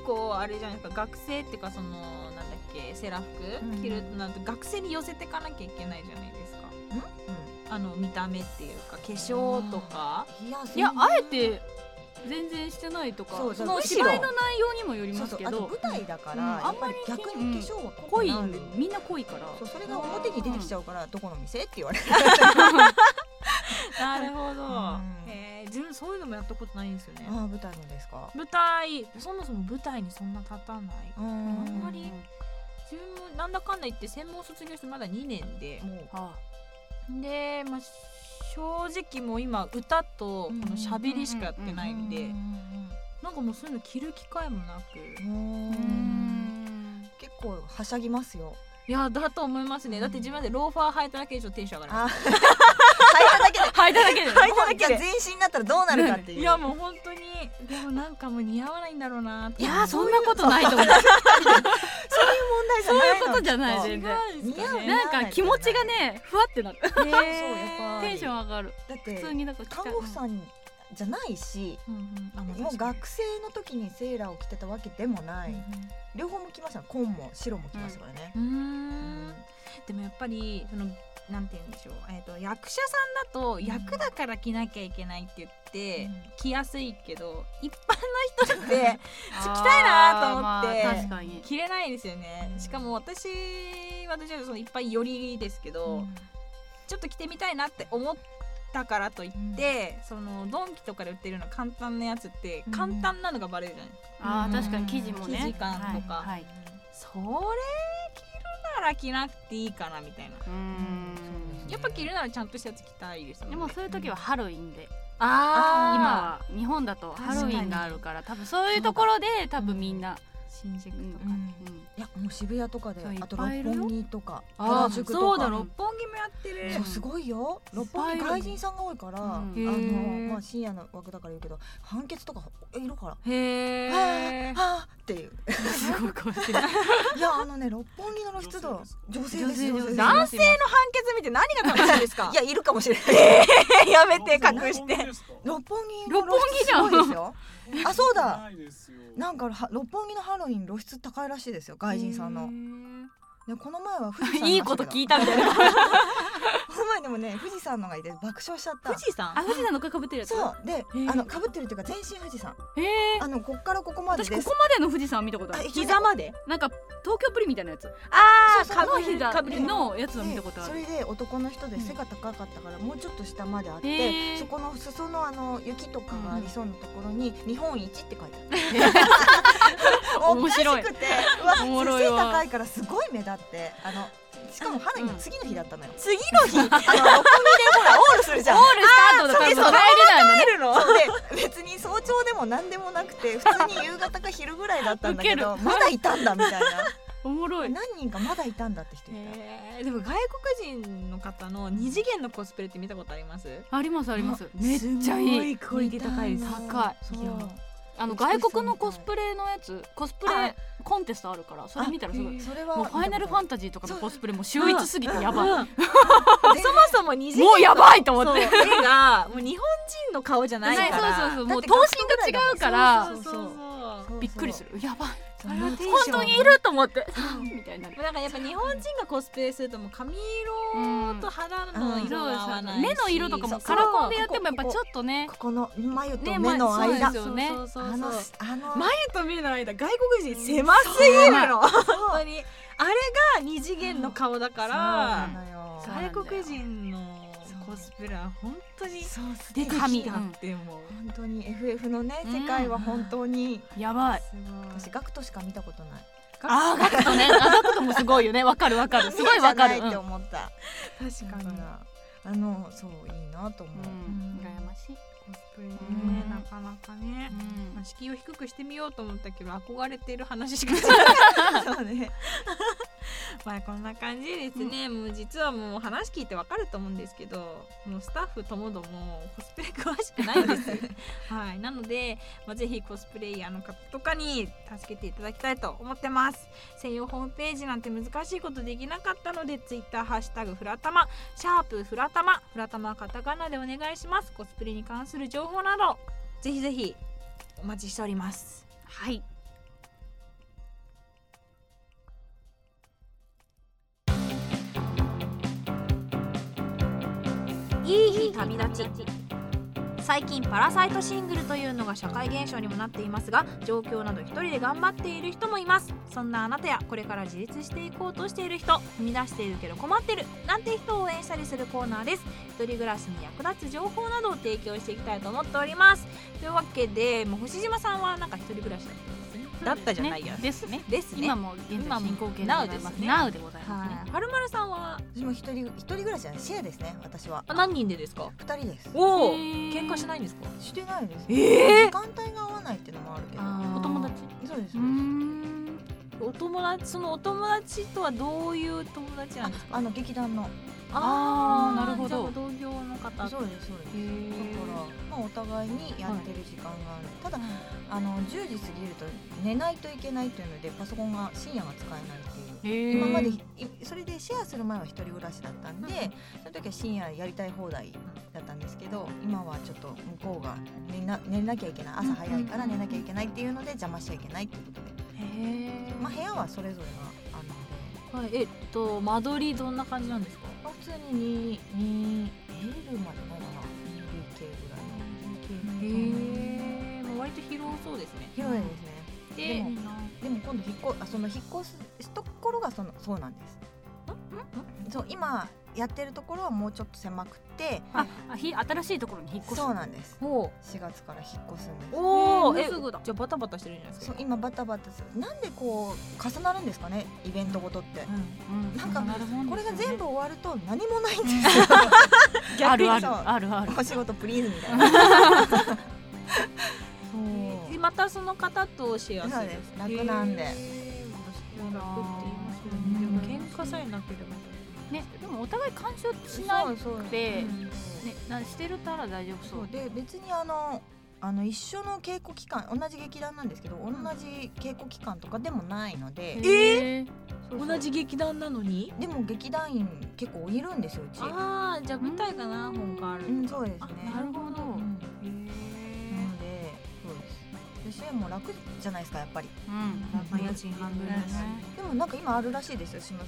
Speaker 1: 構あれじゃないですか学生っていうかそのなんだっけセーラー
Speaker 2: うん
Speaker 1: 服着るとなんて学生に寄せてかなきゃいけないじゃないですかあの見た目っていうか化粧とか
Speaker 2: うんいや
Speaker 3: いや
Speaker 2: そんな
Speaker 3: あえて全然してないとか
Speaker 2: そう
Speaker 3: そ
Speaker 2: そう
Speaker 3: の
Speaker 2: むしろ
Speaker 3: 芝居の内容にもより
Speaker 2: そ
Speaker 3: ま
Speaker 2: う
Speaker 3: す
Speaker 2: そう
Speaker 3: け
Speaker 2: あと
Speaker 3: ど
Speaker 2: 舞台だから、
Speaker 3: うん
Speaker 2: やっぱり
Speaker 3: あんまり
Speaker 2: 逆
Speaker 3: うん
Speaker 2: に化粧は濃
Speaker 3: 濃
Speaker 2: く
Speaker 3: い
Speaker 2: なる、
Speaker 3: みんな濃いから
Speaker 2: そうそれが表に出てきちゃうからどこの店って言われる
Speaker 1: なるほど
Speaker 2: うん
Speaker 1: えー自分そういうのもやったことないんですよね
Speaker 2: ああ舞台のですか
Speaker 1: 舞台そもそも舞台にそんな立たない
Speaker 2: う
Speaker 1: あ
Speaker 2: ん
Speaker 1: んまり自分もなんだかんだ言って専門卒業してまだ2年で
Speaker 2: もう
Speaker 3: あ
Speaker 1: で、まあ、正直もう今歌とこの喋りしかやってないんでなんかもうそういうの着る機会もなく
Speaker 2: う
Speaker 3: うんん
Speaker 2: 結構はしゃぎますよ
Speaker 1: いやだと思いますねだって自分でローファー履いただけでちょっとテンション上がります
Speaker 2: あ履いただけで
Speaker 3: 履いただけ [laughs] で
Speaker 1: 履いただけで
Speaker 2: じゃあ全身だったらどうなるかっていう
Speaker 1: いやもう本当にでもなんかもう似合わないんだろうなって
Speaker 3: いやーそんなことないと思う
Speaker 2: そういう問題じゃないの
Speaker 3: そういうことじゃない全然
Speaker 1: 違うんですか
Speaker 2: 似合う
Speaker 1: ね
Speaker 3: なんか気持ちがねふわってなる
Speaker 1: そうやっぱ
Speaker 3: テンション
Speaker 1: ン
Speaker 3: 上がる
Speaker 2: だっ
Speaker 3: 普
Speaker 2: て
Speaker 3: 通になんか着た
Speaker 2: 看護婦さんじゃないしもう学生の時にセーラーを着てたわけでもない、両方も着ました紺も白も着ましたからね、
Speaker 1: うー
Speaker 2: うん
Speaker 1: んでもやっぱりそのなんて言うんでしょう、えー、と役者さんだと役だから着なきゃいけないって言って、着やすいけど一般の人って着たいなと思って
Speaker 3: あーまあ確かに
Speaker 1: 着れないですよねしかも私私はそのいっぱいよりですけど、ちょっと着てみたいなって思ったからといって、そのドンキとかで売ってるの簡単なやつって
Speaker 2: うん
Speaker 1: 簡単なのがバレるじゃない、
Speaker 3: あー確かに生地もね
Speaker 1: 生地感とか
Speaker 3: はいはい
Speaker 1: それ着るなら着なくていいかなみたいな
Speaker 3: うーん
Speaker 1: やっぱ着るならちゃんとしたやつ着たいですね
Speaker 3: でもそういう時はハロウィンで
Speaker 1: あ
Speaker 3: 今
Speaker 1: 今
Speaker 3: は日本だとハロウィンがあるから多分そういうところで多分みんな
Speaker 1: 新宿とか、
Speaker 3: うん
Speaker 2: うんいやもう渋谷とかで
Speaker 3: そういっ
Speaker 2: あと
Speaker 3: ぱいい
Speaker 2: 六
Speaker 3: るよ
Speaker 2: 本木とか
Speaker 1: あ
Speaker 2: 原
Speaker 1: ー
Speaker 2: 宿とか
Speaker 1: そうだ六本木もやってる
Speaker 2: そうすごいよ六本木外人さんが多いから、
Speaker 3: うん
Speaker 2: あ
Speaker 1: へー
Speaker 2: のまあ深夜の枠だから言うけど判決とかいるから。
Speaker 1: へ
Speaker 2: は
Speaker 1: え
Speaker 2: あはあっていう
Speaker 3: すごいかもしれない
Speaker 2: [laughs] いやあのね六本木の露出度女性です
Speaker 3: 女性です
Speaker 1: 男性の判決見て何が楽しいんですか
Speaker 2: [laughs] いやいるかもしれ
Speaker 3: [laughs]
Speaker 2: ない
Speaker 1: や
Speaker 4: や
Speaker 2: 六本木の露出
Speaker 3: 六本木じゃ
Speaker 2: す
Speaker 3: ん
Speaker 2: ごいですよあそうだ
Speaker 4: ないですよ
Speaker 2: なんかは六本木のハロウィン露出高いらしいですよ外人さんのでこの前は富士山の
Speaker 3: [laughs] いいこと聞い
Speaker 2: い
Speaker 3: たみたいな
Speaker 2: この前でもね富士山のがいて爆笑しちゃった
Speaker 1: 富士山
Speaker 3: あ富士山のかかぶってるやつ
Speaker 2: そうで
Speaker 1: ー
Speaker 2: あの被ってるっていうか全身富士山
Speaker 3: へえ
Speaker 2: あのこっからここまで
Speaker 3: 私
Speaker 2: で
Speaker 3: こ
Speaker 2: す
Speaker 3: こまでの富士山見たことある
Speaker 2: あ
Speaker 1: 膝まで
Speaker 3: なんか東京プリみたいなやつ
Speaker 1: あ
Speaker 2: そうそう
Speaker 3: の膝
Speaker 1: かぶりの
Speaker 3: のやつを見たこと
Speaker 2: で
Speaker 3: あ
Speaker 2: そ
Speaker 3: る
Speaker 2: れで男の人で
Speaker 3: うん
Speaker 2: 背が高かったからもうちょっと下まであっ
Speaker 3: へ
Speaker 2: て
Speaker 3: ー
Speaker 2: そこの裾のあの雪とかがありそうなところに「日本一」って書いてある
Speaker 3: [laughs] 面白い
Speaker 2: おかしくてうわ
Speaker 3: おもろい
Speaker 2: 背
Speaker 3: わ
Speaker 2: 高いからすごい目立ってあのしかもハロウィンの次の日だったのよ、
Speaker 1: 次の日
Speaker 2: あの六本木でほらオールするじ
Speaker 3: オ
Speaker 2: ゃん
Speaker 3: ールした後だ多分帰れないんだね
Speaker 1: 帰るの
Speaker 3: [laughs]
Speaker 2: そうで別に早朝でも何でもなくて普通に夕方か昼ぐらいだったんだけど
Speaker 3: ウケる
Speaker 2: まだいたんだみたいな
Speaker 3: おもろい
Speaker 2: [laughs] 何人かまだいたんだって人いた。
Speaker 1: えーでも外国人の方の二次元のコスプレって見たことあります
Speaker 3: ありますありますめっちゃいい
Speaker 1: すごいクオリティ高いです
Speaker 3: 高い
Speaker 2: そう
Speaker 1: いや
Speaker 3: あの
Speaker 2: 美しそうみたい
Speaker 3: 外国のコスプレのやつコスプレ
Speaker 2: あ
Speaker 3: コンテストあるからそれ見たらすごいも
Speaker 2: それは
Speaker 3: うファイナルファンタジーとかのコスプレも秀逸すぎてやばい [laughs]
Speaker 1: うんそもそも二次元
Speaker 3: もうやばいと
Speaker 1: そ
Speaker 3: 思っ
Speaker 1: う
Speaker 3: て
Speaker 1: 絵がもう日本人の顔じゃないから
Speaker 3: そうそうそうもう
Speaker 2: だって
Speaker 3: 頭身が違うから
Speaker 2: そうそうそう
Speaker 3: びっくりするやばい
Speaker 2: そうそう
Speaker 3: 本当にいると思ってみたいになる
Speaker 1: もうなんかやっぱ日本人がコスプレするともう髪色と肌の色が合わないし
Speaker 3: 目の色とかも
Speaker 1: そう
Speaker 3: カラコンでやってもや
Speaker 2: そう
Speaker 3: っぱちょっとね
Speaker 2: ここの眉と
Speaker 3: ね
Speaker 2: 目の
Speaker 3: そう
Speaker 2: 間、
Speaker 3: ですよね
Speaker 1: そうそうそう
Speaker 2: あのあの
Speaker 1: 眉と目の間外国人狭すぎるの本当にあれが二次元の顔だから
Speaker 2: なのよ
Speaker 3: そう
Speaker 1: 外国人のコスプレは本当に
Speaker 2: そう素
Speaker 1: 出
Speaker 2: 敵
Speaker 1: てきたってもう
Speaker 2: 本当に FF のね世界は本当に、
Speaker 3: やばい
Speaker 2: 私ガクトしか見たことない
Speaker 3: ああガクトねあガクトもすごいよねわかるわかる [laughs] すごいわかる
Speaker 2: そうじゃないって
Speaker 3: う
Speaker 2: 思った、
Speaker 1: 確か
Speaker 2: だ
Speaker 1: に
Speaker 2: からあのそういいなと思う、
Speaker 3: んうん羨ましい
Speaker 1: コスプレね
Speaker 3: うん
Speaker 1: なかなかねまあ敷居を低くしてみようと思った
Speaker 2: [laughs]
Speaker 1: けど憧れてる話しかしない
Speaker 2: そうね
Speaker 1: [laughs] まあこんな感じですね、もう実はもう話聞いてわかると思うんですけどもうスタッフともどもコスプレ詳しくないんです
Speaker 2: [laughs]
Speaker 1: はいなので、まあ、ぜひコスプレイヤーの方とかに助けていただきたいと思ってます専用ホームページなんて難しいことできなかったのでツイッターハッシュタグフラタマシャープフラタマフラタマはカタカナでお願いしますコスプレに関する情報などぜひぜひお待ちしております
Speaker 3: はい
Speaker 1: いい日旅立ち最近パラサイトシングルというのが社会現象にもなっていますが状況など一人で頑張っている人もいますそんなあなたやこれから自立していこうとしている人踏み出しているけど困ってるなんて人を応援したりするコーナーです一人暮らしに役立つ情報などを提供していきたいと思っておりますというわけでもう星島さんはなんか一人暮らしだったんですね
Speaker 3: そ
Speaker 2: だったじゃないや、
Speaker 3: ねですね
Speaker 2: ですね
Speaker 3: 今も現在進行形でご
Speaker 1: 今
Speaker 3: ざいま
Speaker 1: も
Speaker 3: す
Speaker 1: Now ですね
Speaker 3: Now でございますね
Speaker 1: はい。はるまるさんは
Speaker 2: 私も一人一人暮らしじゃないシェアですね私は
Speaker 1: あ何人でですか？
Speaker 2: 二人です
Speaker 1: おお、
Speaker 3: へー
Speaker 1: 喧嘩しないんですか？
Speaker 2: してないです
Speaker 1: ええ
Speaker 2: 時間帯が合わないっていうのもあるけど
Speaker 3: お友達
Speaker 2: そうですそ
Speaker 3: うー
Speaker 2: うです
Speaker 3: ん
Speaker 1: お友達そのお友達とはどういう友達なん
Speaker 2: あ
Speaker 1: ですか？
Speaker 2: あの劇団の
Speaker 3: あー
Speaker 1: ー
Speaker 3: なるほ
Speaker 1: じ
Speaker 3: ど
Speaker 1: ゃあ同業の方。
Speaker 2: そうですそうです
Speaker 1: へ
Speaker 2: だ
Speaker 1: ー
Speaker 2: から、まあ、お互いにやってる時間がある、ただあの10時過ぎると寝ないといけないというのでパソコンが深夜が使えないっていう今までいそれでシェアする前は一人暮らしだったんで、その時は深夜やりたい放題だったんですけど今はちょっと向こうが寝な寝なきゃいけない朝早いから寝なきゃいけないっていうので邪魔しちゃいけないっていうことで、
Speaker 1: へえ。
Speaker 2: まあ、部屋はそれぞれがあるので、
Speaker 1: はい、えっと間取りどんな感じなんですか？
Speaker 2: まあ、普通に 2L までないかな 2BK ぐらい
Speaker 1: へ
Speaker 2: の
Speaker 1: え。もう割と広そうですね。
Speaker 2: 広いですね
Speaker 1: で
Speaker 2: でもでも今度引っ越あその引っ越すところがそのそうなんですそう今やってるところはもうちょっと狭くて
Speaker 3: ああひ新しいところに引っ越す
Speaker 2: そうなんです
Speaker 1: ほ
Speaker 2: 4月から引っ越すんで
Speaker 1: う。おお、
Speaker 3: へー
Speaker 1: え
Speaker 3: もうすぐだ
Speaker 1: じゃあバタバタしてるんじゃないですす
Speaker 2: そ
Speaker 1: か
Speaker 2: う？今バタバタするなんでこう重なるんですかねイベントごとって、
Speaker 3: うん
Speaker 2: なんか
Speaker 3: そうるもん
Speaker 2: これ
Speaker 3: です
Speaker 2: が
Speaker 3: よね
Speaker 2: 全部終わると何もないんですよ
Speaker 3: あ
Speaker 2: 逆に
Speaker 3: るあ
Speaker 2: そ
Speaker 3: る
Speaker 2: う
Speaker 3: あるある
Speaker 2: [laughs] お仕事プリーズみたい
Speaker 3: [laughs]
Speaker 2: なそう
Speaker 1: でまたその方とシェアする
Speaker 2: そうです楽なんで
Speaker 1: へー楽って言いますよねでも喧嘩さえなければ
Speaker 3: ねでもお互い干渉しなく
Speaker 2: そうそう
Speaker 3: て
Speaker 1: うん
Speaker 3: ねなしてるたら大丈夫そ
Speaker 2: そううで別にあのあの一緒の稽古期間同じ劇団なんですけど同じ稽古期間とかでもないので、
Speaker 3: え
Speaker 2: そうそう
Speaker 1: 同じ劇団なのに
Speaker 2: でも劇団員結構いるんですようち
Speaker 1: ああじゃあ舞台が何本かある
Speaker 2: うんそうですね
Speaker 1: あ
Speaker 3: なるほど
Speaker 2: うんなので
Speaker 1: へ
Speaker 2: そうですで支援も楽じゃないですかやっぱり
Speaker 3: うん
Speaker 1: まあ家賃半分だし
Speaker 2: でもなんか今あるらしいですよ島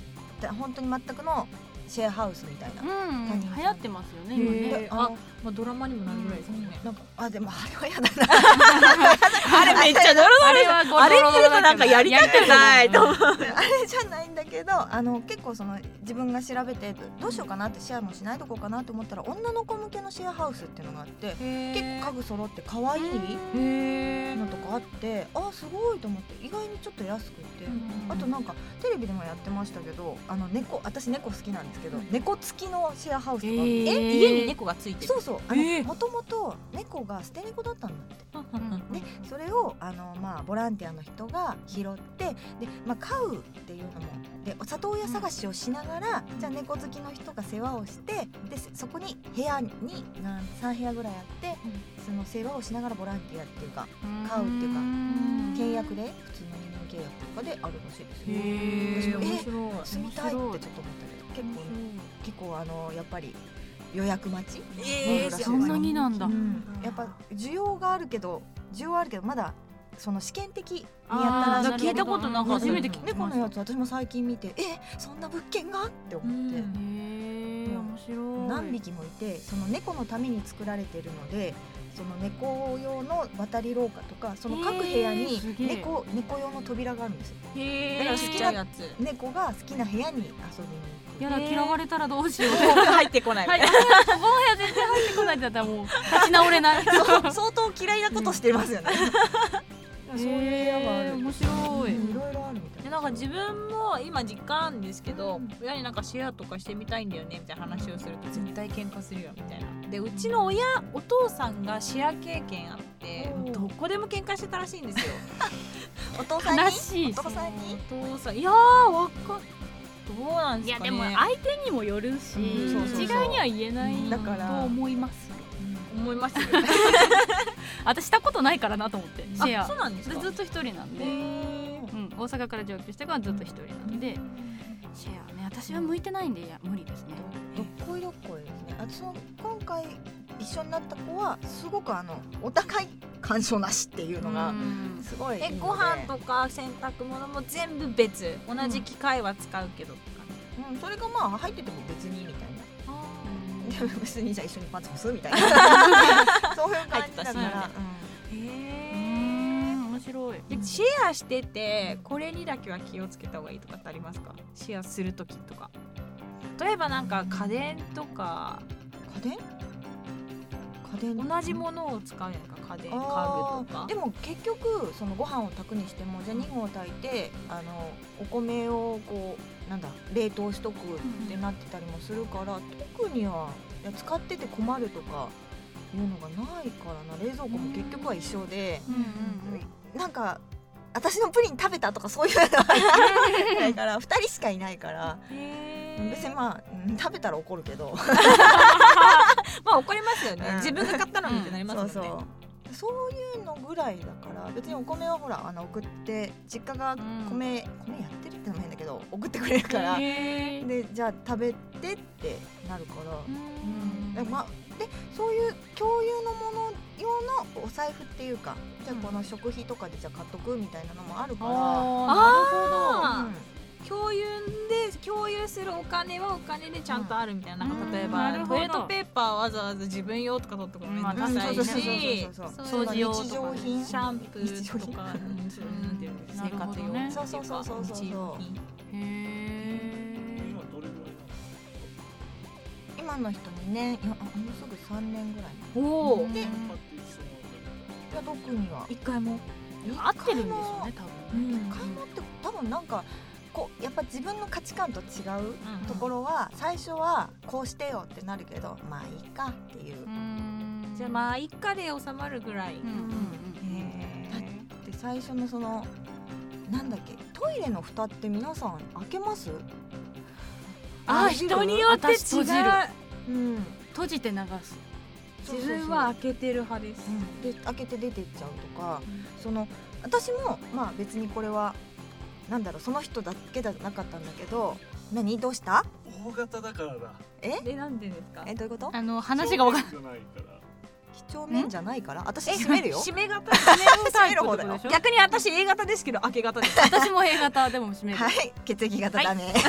Speaker 2: だ本当に全くのシェアハウスみたいな、
Speaker 3: うん
Speaker 2: うん
Speaker 3: 流行ってますよね
Speaker 1: へ
Speaker 3: 今
Speaker 1: ー
Speaker 3: ね
Speaker 2: であの
Speaker 1: まあドラマにもなるぐらいですもんね
Speaker 2: なんかあでもあれは嫌だな
Speaker 1: あれめっちゃドラ
Speaker 3: あれはご
Speaker 1: あれ [laughs] 見るとなんかやりたくないと思
Speaker 3: う
Speaker 2: あれじゃないんだけどあの結構その自分が調べてどうしようかなってシェアもしないとこかなと思ったら女の子向けのシェアハウスっていうのがあって結構家具揃って可愛い
Speaker 1: マへ
Speaker 2: のとかあってあすごいと思って意外にちょっと安くて、
Speaker 3: うん
Speaker 2: あとなんかテレビでもやってましたけどあの猫私猫好きなんですけど、
Speaker 1: うん
Speaker 2: 猫付きのシェアハウスとか、
Speaker 3: へー
Speaker 1: え家に猫がついてる
Speaker 2: そうそうあの、
Speaker 1: えー
Speaker 2: もともと猫が捨て猫だったんだって
Speaker 1: うん
Speaker 2: でそれをあの、まあ、ボランティアの人が拾ってで、まあ、飼うっていうのもでお里親探しをしながら、じゃあ猫好きの人が世話をしてでそこに部屋に何3部屋ぐらいあって、その世話をしながらボランティアっていうか買うっていうか
Speaker 3: ん
Speaker 2: 契約で普通の二人契約とかであるらしいですよ。
Speaker 1: へえ
Speaker 2: え
Speaker 1: 面白い
Speaker 2: 住みたいってちょっと思ったけど結構結構あのやっぱり予約待ち、
Speaker 1: え
Speaker 2: ー
Speaker 3: そんなになんだ
Speaker 2: う
Speaker 3: うん
Speaker 2: やっぱ需要があるけど需要はあるけどまだその試験的にやった
Speaker 3: あ
Speaker 2: らし
Speaker 3: ーなんか聞いたことな
Speaker 2: うん
Speaker 3: かった初めて聞きました
Speaker 2: 猫のやつ私も最近見てえそんな物件がって思って、
Speaker 1: うん
Speaker 3: へえ面白い
Speaker 2: 何匹もいてその猫のために作られてるのでその猫用の渡り廊下とかその各部屋
Speaker 3: えー
Speaker 2: に
Speaker 3: すげえ
Speaker 2: 猫,、猫用の扉があるんですよ
Speaker 1: へえ
Speaker 2: だから好きな
Speaker 1: ちっちゃいやつ
Speaker 2: 猫が好きな部屋に遊びに行く
Speaker 3: やだ嫌われたらどうしよう
Speaker 1: 入ってこない [laughs]
Speaker 3: はい、この部屋全然入ってこないんだったらもう立ち直れない。そ
Speaker 2: 相当嫌いなことしてますよね。そういう部屋がある。
Speaker 3: 面白い。
Speaker 2: いろいろあるみたい
Speaker 1: でな
Speaker 2: な。
Speaker 1: んか自分も今実家なんですけど、
Speaker 2: うん
Speaker 1: 親になんかシェアとかしてみたいんだよねみたいな話をすると絶対喧嘩するよみたいなでうちの親お父さんがシェア経験あって
Speaker 2: おー
Speaker 1: どこでも喧嘩してたらしいんですよ
Speaker 2: お父さんに。
Speaker 3: 悲しい。
Speaker 2: お父さん
Speaker 1: [laughs]
Speaker 2: に。
Speaker 1: お父さんいやーわかんどうなん
Speaker 3: い
Speaker 1: です
Speaker 3: や
Speaker 1: か
Speaker 3: で
Speaker 1: ね [laughs]
Speaker 3: も相手にもよるし、
Speaker 2: うん
Speaker 1: そうそうそう
Speaker 3: 一概には言えない
Speaker 1: うん
Speaker 2: だか
Speaker 3: と
Speaker 2: ら。
Speaker 3: 思います。
Speaker 1: 思いましたよ
Speaker 3: 私したことないからなと思って。シェ
Speaker 1: あそう
Speaker 3: ア。
Speaker 1: なんです
Speaker 3: で
Speaker 1: か
Speaker 3: ずっと一人なんで、うん大阪から上京してからずっと一人なんで、シェアね私は向いてないんでいや無理ですね。
Speaker 2: どっこいどっこいですね。あ、その今回一緒になった子はすごくあのお互い干渉なしっていうの
Speaker 3: う
Speaker 2: が
Speaker 3: ん
Speaker 2: すごいいいの
Speaker 1: え
Speaker 2: で。
Speaker 1: ご飯とか洗濯物も全部別同じ機械は使うけどとか、
Speaker 2: うん、それがまあ入ってても別にみたいな。
Speaker 3: うん
Speaker 2: [laughs] 別にじゃあ一緒にパンツ干すみ [laughs] たいな。そういう感じだか
Speaker 1: 入ってた
Speaker 2: ら
Speaker 1: し。
Speaker 2: うん
Speaker 1: へ
Speaker 3: う
Speaker 1: え
Speaker 3: ん面白い。
Speaker 1: でシェアしててこれにだけは気をつけた方がいいとかってありますかシェアする時とか例えばなんか家電とか
Speaker 2: 家電家電
Speaker 1: 同じものを使うんじゃないですか家電家具
Speaker 2: あ
Speaker 1: とか
Speaker 2: ーでも結局そのご飯を炊くにしてもじゃあ2合炊いてあのお米をこうなんだ冷凍しとくってなってたりもするから特にはいや使ってて困るとかいうのがないからな冷蔵庫も結局は一緒で、
Speaker 3: うんうん
Speaker 2: なんか私のプリン食べたとかそういうのはないから2人
Speaker 1: [laughs]
Speaker 2: しかいないから
Speaker 1: へ
Speaker 2: 別に
Speaker 1: ー
Speaker 2: まあ、うん食べたら怒るけど。
Speaker 1: まあ怒りますよね
Speaker 2: うん
Speaker 1: 自分が買ったのにってなり
Speaker 2: そう
Speaker 1: ます
Speaker 2: そ
Speaker 1: よね
Speaker 2: うそういうのぐらいだから別にお米はほらあの送って実家が
Speaker 3: ん
Speaker 2: 米、米やってるってのも変だけど送ってくれるから、
Speaker 3: へー
Speaker 2: でじゃあ食べてってなるから,、
Speaker 3: う
Speaker 2: うん
Speaker 3: ん
Speaker 2: だからまあ、でそういう共有のもの用のお財布っていうかじゃあこの食費とかでじゃあ買っとくみたいなのもあるか
Speaker 3: あ
Speaker 2: ら、
Speaker 1: あ共有で共有するお金はお金でちゃんとあるみたいな,、なんか例え
Speaker 3: うんなる
Speaker 1: ば
Speaker 3: ほ
Speaker 1: ト
Speaker 3: ど
Speaker 1: イレットペーパーわざわざ自分用とか取っとくのめんどくさい
Speaker 2: うん
Speaker 1: し
Speaker 2: そうそうそう
Speaker 3: そうそうそう掃除用とか
Speaker 1: シ
Speaker 3: ね
Speaker 1: シャンプーとか
Speaker 2: 日
Speaker 1: うんっていう
Speaker 3: な
Speaker 1: 生
Speaker 3: るほ
Speaker 1: 活
Speaker 3: ど
Speaker 1: 用、
Speaker 3: ね
Speaker 2: そうそうそうそうそう
Speaker 1: 日用品
Speaker 3: ーへー
Speaker 4: 今どれぐらいなの
Speaker 2: 今の人にねいやあもうすぐ3年ぐらいに
Speaker 1: おお
Speaker 3: うん
Speaker 2: で
Speaker 4: 買っていつも
Speaker 2: いや特には
Speaker 1: 一回も
Speaker 3: 合ってるんでしょうね
Speaker 1: う
Speaker 3: 多分
Speaker 1: んうん
Speaker 2: 買い物って多分なんかこうやっぱ自分の価値観と違うところは最初はこうしてよってなるけどまあいいかっていう。
Speaker 3: うん
Speaker 1: じゃあまあ一家で収まるぐらい、
Speaker 3: うんうん
Speaker 2: だって最初のそのなんだっけトイレの蓋って皆さん開けます？
Speaker 1: あー
Speaker 2: 閉じる
Speaker 1: 人によって違う
Speaker 3: 私閉じる
Speaker 2: うん。うん
Speaker 3: 閉じて流す
Speaker 2: そうそうそう
Speaker 1: 自分は開けてる派です、
Speaker 2: で開けて出てっちゃうとか、
Speaker 1: う
Speaker 2: その私もまあ別にこれはなんだろうその人だけじゃなかったんだけど何どうした？
Speaker 4: 大型だからだ
Speaker 1: でなんでですか
Speaker 2: えどういうこと？
Speaker 3: あの話が分かん
Speaker 4: んないから
Speaker 2: 几帳面じゃないから私閉める
Speaker 3: [laughs]
Speaker 2: よ。
Speaker 1: 締め型締めるタイプってこと
Speaker 2: 閉める方だ
Speaker 1: で
Speaker 2: よ
Speaker 1: しょ逆に私 A 型ですけど明け型です
Speaker 3: 私も A 型でも閉
Speaker 2: [laughs]
Speaker 3: める、
Speaker 2: はい血液型だね。 [laughs]
Speaker 3: あれでし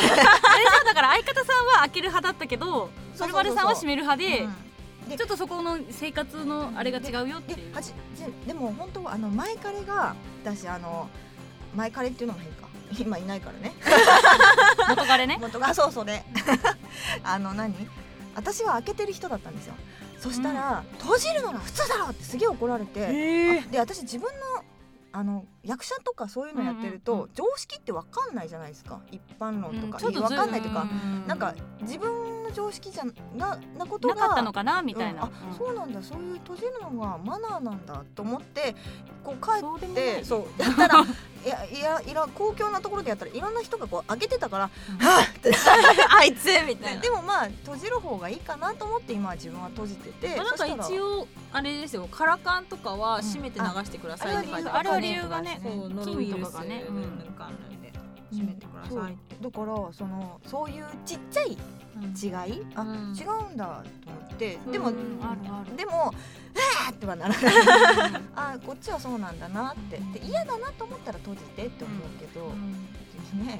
Speaker 3: ょだから相方さんは開ける派だったけど
Speaker 2: そうそうそうそう
Speaker 3: 丸丸さんは閉める派で、
Speaker 2: うん
Speaker 3: ちょっとそこの生活のあれが違うよって
Speaker 2: で
Speaker 3: いう
Speaker 2: はじででも本当はあの前彼が私あの前彼っていうのも変か今いないからね
Speaker 3: 元彼ね
Speaker 2: 元
Speaker 3: [laughs]
Speaker 2: がそうそれ [laughs] あの何私は開けてる人だったんですよそしたら、閉じるのが普通だろってすげえ怒られて、
Speaker 3: え
Speaker 2: で私自分のあの役者とかそういうのやってると、
Speaker 3: うんうん
Speaker 2: 常識ってわかんないじゃないですか一般論とか、
Speaker 3: ちょっとず
Speaker 2: わかんないというか、
Speaker 3: う
Speaker 2: なんか自分の常識じゃななこと
Speaker 3: な
Speaker 2: が
Speaker 3: かったのかなみたいな、
Speaker 2: うんあそうなんだそういう閉じるのがマナーなんだと思ってこう帰
Speaker 3: そうでも
Speaker 2: っ
Speaker 3: ない
Speaker 2: てそうやったら [laughs] いやいやいや公共なところでやったらいろんな人がこう開けてたから、
Speaker 3: うん
Speaker 2: はぁって
Speaker 1: あいつみたいな
Speaker 2: でもまあ閉じる方がいいかなと思って今は自分は閉じてて
Speaker 1: まあ、なんか
Speaker 2: そした
Speaker 1: 一
Speaker 2: ら
Speaker 1: 応あれですよカラカンとかは閉めて流してくださいって書いて
Speaker 3: あれは理
Speaker 1: る
Speaker 3: 由がね
Speaker 1: そ
Speaker 2: あれは理由
Speaker 1: うノロウイ
Speaker 3: 菌
Speaker 1: ル
Speaker 3: と
Speaker 1: ス
Speaker 3: かがね、
Speaker 1: う
Speaker 3: うんん
Speaker 1: ぬんかんぬんで閉めてくだ
Speaker 2: そう
Speaker 1: さいって、
Speaker 2: だからそのそういうちっちゃい違い、あ
Speaker 1: うん
Speaker 2: 違うんだと思って、
Speaker 1: うん
Speaker 2: でも
Speaker 1: うん
Speaker 3: あるある
Speaker 2: でも「うわー!」ってはならないあこっちはそうなんだなってで嫌だなと思ったら閉じてって思うけど、
Speaker 1: [laughs]
Speaker 2: 別にね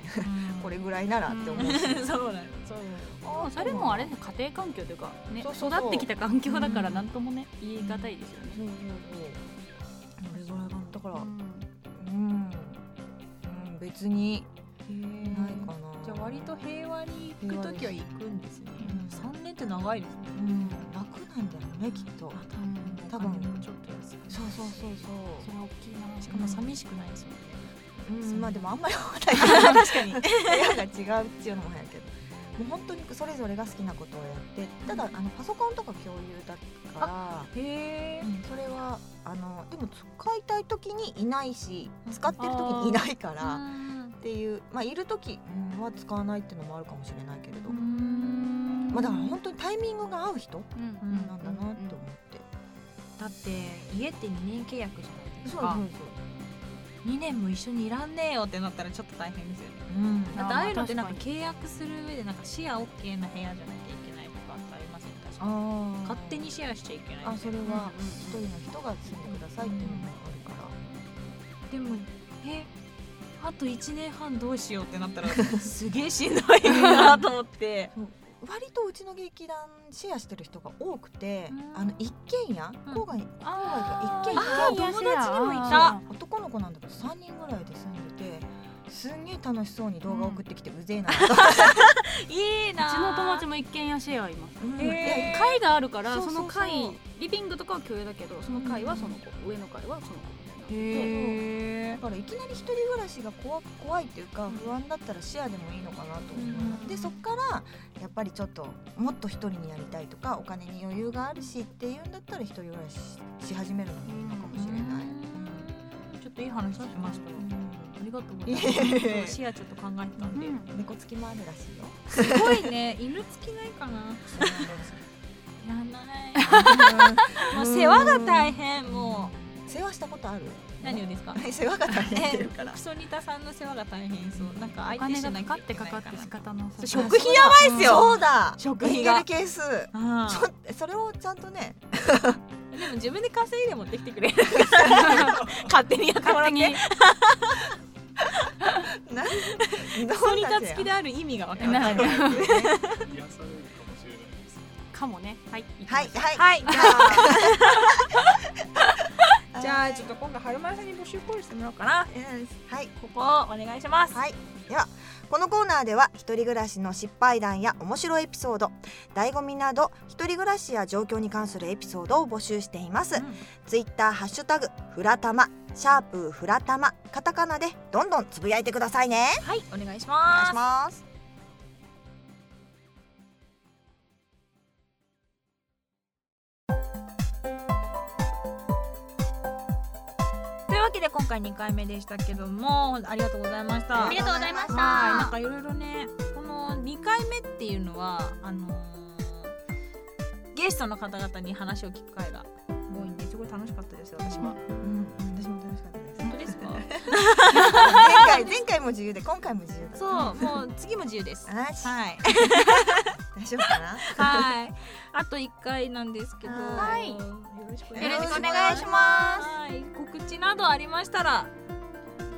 Speaker 2: これぐらいならって思う [laughs] し、
Speaker 1: うんそうだよそう
Speaker 3: もうそれもあれね家庭環境というか、ね、
Speaker 2: そうそうそう
Speaker 3: 育ってきた環境だからなんともね、言い難いですよね、
Speaker 2: そうそう
Speaker 1: これぐらいかな
Speaker 2: だから
Speaker 3: う
Speaker 2: うんん、うん、別にない
Speaker 1: ない
Speaker 2: かな
Speaker 1: かじゃあ割と平和に行くときは行くんですね
Speaker 2: うん
Speaker 1: 三年って長いですね
Speaker 2: うん楽なんだよねきっと多分
Speaker 1: お金もちょっと安い
Speaker 2: そうそうそう
Speaker 3: それは大きいな
Speaker 1: しかも寂しくない [laughs] ですもんね
Speaker 2: そう、、
Speaker 1: そううん
Speaker 2: まあでもあんまり思わない確かに部屋が違うっていうのも早いけどもう本当にそれぞれが好きなことをやってただあのパソコンとか共有だから
Speaker 1: へえ
Speaker 2: うんそれはあのでも使いたい時にいないし使ってる時にいないから、っていうまあいる時うんは使わないっていうのもあるかもしれないけれど、まあだから本当にタイミングが合う人
Speaker 3: うんうん
Speaker 2: なんだなと思って、
Speaker 1: だって家って二年契約じゃないですか
Speaker 2: そう
Speaker 1: 二年も一緒にいらんねえよってなったらちょっと大変ですよね
Speaker 2: そううん
Speaker 1: だ
Speaker 3: あ
Speaker 1: ってああいうのって
Speaker 3: ま
Speaker 1: な
Speaker 3: あ
Speaker 1: んか契約する上でなんかシェア OK な部屋じゃなきゃいけないとかってありません確か
Speaker 2: あー
Speaker 1: 勝手にシェアしちゃいけない
Speaker 2: あそれは
Speaker 3: うんうん
Speaker 2: 一人の人が住んでくださいっていうのもあるから、
Speaker 1: でもえあと1年半どうしようってな
Speaker 3: [laughs]
Speaker 1: ったらすげえしんどいなと思って
Speaker 2: 割とうちの劇団シェアしてる人が多くて、
Speaker 1: うん
Speaker 2: あの一軒家、
Speaker 1: うん
Speaker 2: 郊外
Speaker 3: あ
Speaker 2: 郊外とか一
Speaker 3: ー
Speaker 2: 軒家
Speaker 3: 一軒家シ
Speaker 2: 友
Speaker 3: ェア
Speaker 2: 達にもい
Speaker 3: あ
Speaker 2: た男の子なんだけど3人ぐらいで住んでてすんげえ楽しそうに動画送ってきてうぜえなと、
Speaker 1: [laughs] いいな
Speaker 3: う
Speaker 1: あ
Speaker 3: ちの友達も一軒家シェアいます
Speaker 2: うん
Speaker 1: えー
Speaker 3: 階があるから
Speaker 2: そ
Speaker 3: そう
Speaker 2: そうそう
Speaker 3: の階リビングとかは共有だけどその階はその子、上の階はその子みたいな
Speaker 2: だからいきなり一人暮らしが怖怖いっていうか不安だったらシェアでもいいのかなと思います、
Speaker 1: うん
Speaker 2: でそっからやっぱりちょっともっと一人になりたいとかお金に余裕があるしっていうんだったら一人暮らしし始めるのもいいのかもしれない、
Speaker 1: ちょっといい話しましたよありがとうございます
Speaker 2: いえいえ
Speaker 1: そうシェアちょっと考えてたんで、
Speaker 3: うん
Speaker 2: 猫付きもあるらし
Speaker 1: [laughs]
Speaker 2: いよ
Speaker 1: すごいね犬つきないかなやんない [laughs] もう世話が大変も
Speaker 2: 世話したことある
Speaker 1: う何をですか
Speaker 2: [laughs] 世話が大変っていうから
Speaker 1: クソニタさんの世話が大変そうなんか
Speaker 3: お
Speaker 1: 相手
Speaker 3: 金
Speaker 1: し
Speaker 3: が
Speaker 1: な
Speaker 3: か
Speaker 1: きゃいけな
Speaker 3: かってか
Speaker 1: い
Speaker 3: か
Speaker 1: か
Speaker 3: って
Speaker 1: な
Speaker 3: 仕方の
Speaker 1: そう
Speaker 2: 食費やばいっすよそうだ
Speaker 1: 食費が
Speaker 2: エンゲルケース
Speaker 1: あ
Speaker 2: ち
Speaker 1: あ
Speaker 2: ょっとそれをちゃんと
Speaker 1: [laughs]
Speaker 2: ね
Speaker 1: でも自分で稼いで持ってきてく
Speaker 3: [laughs]
Speaker 1: れる勝手にやってもらっ
Speaker 3: 勝手
Speaker 1: て
Speaker 3: に
Speaker 2: な
Speaker 1: クソニタ付きである意味がわかん [laughs] ない
Speaker 3: なる
Speaker 4: 癒されるかもしれないです。
Speaker 3: かもねはい
Speaker 2: はい
Speaker 3: 行きましょ
Speaker 2: は
Speaker 1: は
Speaker 2: い
Speaker 1: い [laughs]
Speaker 2: あ
Speaker 1: じゃあちょっと今回春丸さんに募集コールしてもらおうかな
Speaker 2: うんはい
Speaker 1: ここをお願いします
Speaker 2: はいではこのコーナーでは一人暮らしの失敗談や面白いエピソード醍醐味など一人暮らしや状況に関するエピソードを募集しています、
Speaker 1: うん
Speaker 2: ツイッターハッシュタグフラタマシャープフラタマカタカナでどんどんつぶやいてくださいね
Speaker 1: はいお願いし
Speaker 2: お願
Speaker 1: ま
Speaker 2: いし
Speaker 1: す
Speaker 2: ます
Speaker 1: というわけで今回2回目でしたけどもありがとうございました
Speaker 3: ありがとうございました
Speaker 1: はい、なんかいろいろねこの2回目っていうのはあのーゲストの方々に話を聞く会が多いんですごい楽しかったですよ私は。
Speaker 2: うん私も楽しかったです
Speaker 1: 本当ですか
Speaker 2: 前回前回も自由で今回も自由だ
Speaker 1: そうもう次も自由です。
Speaker 2: あー
Speaker 1: [laughs]
Speaker 2: し
Speaker 1: はい、
Speaker 2: 大丈夫かな
Speaker 1: はい、あと1回なんですけど、
Speaker 2: はい
Speaker 1: よろしくお
Speaker 3: よろしくお
Speaker 1: 願
Speaker 3: 願
Speaker 1: い
Speaker 3: い
Speaker 1: し
Speaker 3: し
Speaker 1: ま。
Speaker 2: ますす
Speaker 1: はい、告知などありましたら、
Speaker 2: ね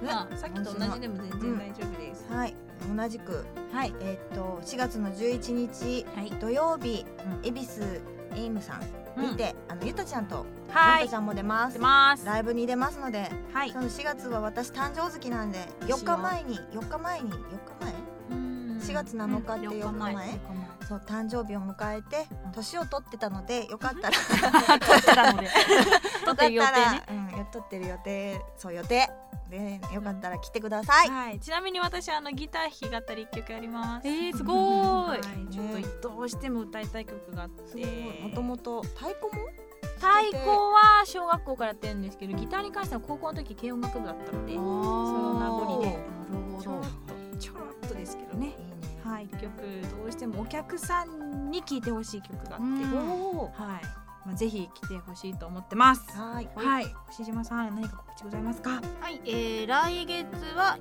Speaker 1: まあ、さっきと同じでも全然大丈夫です。
Speaker 2: はい同じく
Speaker 1: はい、
Speaker 2: えっと4月の11日
Speaker 1: はい、
Speaker 2: 土曜日、
Speaker 1: う
Speaker 2: 恵比寿エイムさん
Speaker 1: うん
Speaker 2: にて、あのゆたちゃんと、
Speaker 1: は
Speaker 2: ゆ
Speaker 1: い、
Speaker 2: たちゃんも出ま
Speaker 1: 出
Speaker 2: す
Speaker 1: ます。
Speaker 2: ライブに出ますので、
Speaker 1: はい
Speaker 2: そ、の4月は私誕生月なんで4日前に4日前に4日前
Speaker 1: 4
Speaker 2: 4月7日って
Speaker 1: 4
Speaker 2: 4日前そう誕生日を迎えて
Speaker 1: うん
Speaker 2: 年を取ってたのでよかったら
Speaker 3: うなので撮
Speaker 2: よ
Speaker 3: っ
Speaker 2: か
Speaker 3: て
Speaker 2: っ
Speaker 3: る予
Speaker 2: た
Speaker 3: 定
Speaker 2: ら、
Speaker 3: ね
Speaker 2: [laughs] うん、取ってる予定そう予定でよかったら来てください、
Speaker 1: はい、ちなみに私あのギター弾き語り一曲やります。
Speaker 3: えー、すご
Speaker 1: は
Speaker 3: ー
Speaker 1: い
Speaker 3: い、
Speaker 1: ちょっとどうしても歌いたい曲があっ
Speaker 2: す
Speaker 1: て
Speaker 2: ごい、もともと太鼓も
Speaker 1: 太鼓は小学校からやってるんですけどギターに関しては高校の時軽音楽部だったので
Speaker 3: そ
Speaker 1: の名残で
Speaker 3: なるほ
Speaker 1: ちょろ
Speaker 3: ど
Speaker 1: っとちょろっとですけどね
Speaker 2: いいね、
Speaker 1: はい曲どうしてもお客さんに聴いてほしい曲があって、
Speaker 3: うん
Speaker 1: おーはい、まあ、ぜひ来てほしいと思ってます
Speaker 2: はい
Speaker 1: はい星島さん何か告知ございますか
Speaker 3: はい、えー、来月は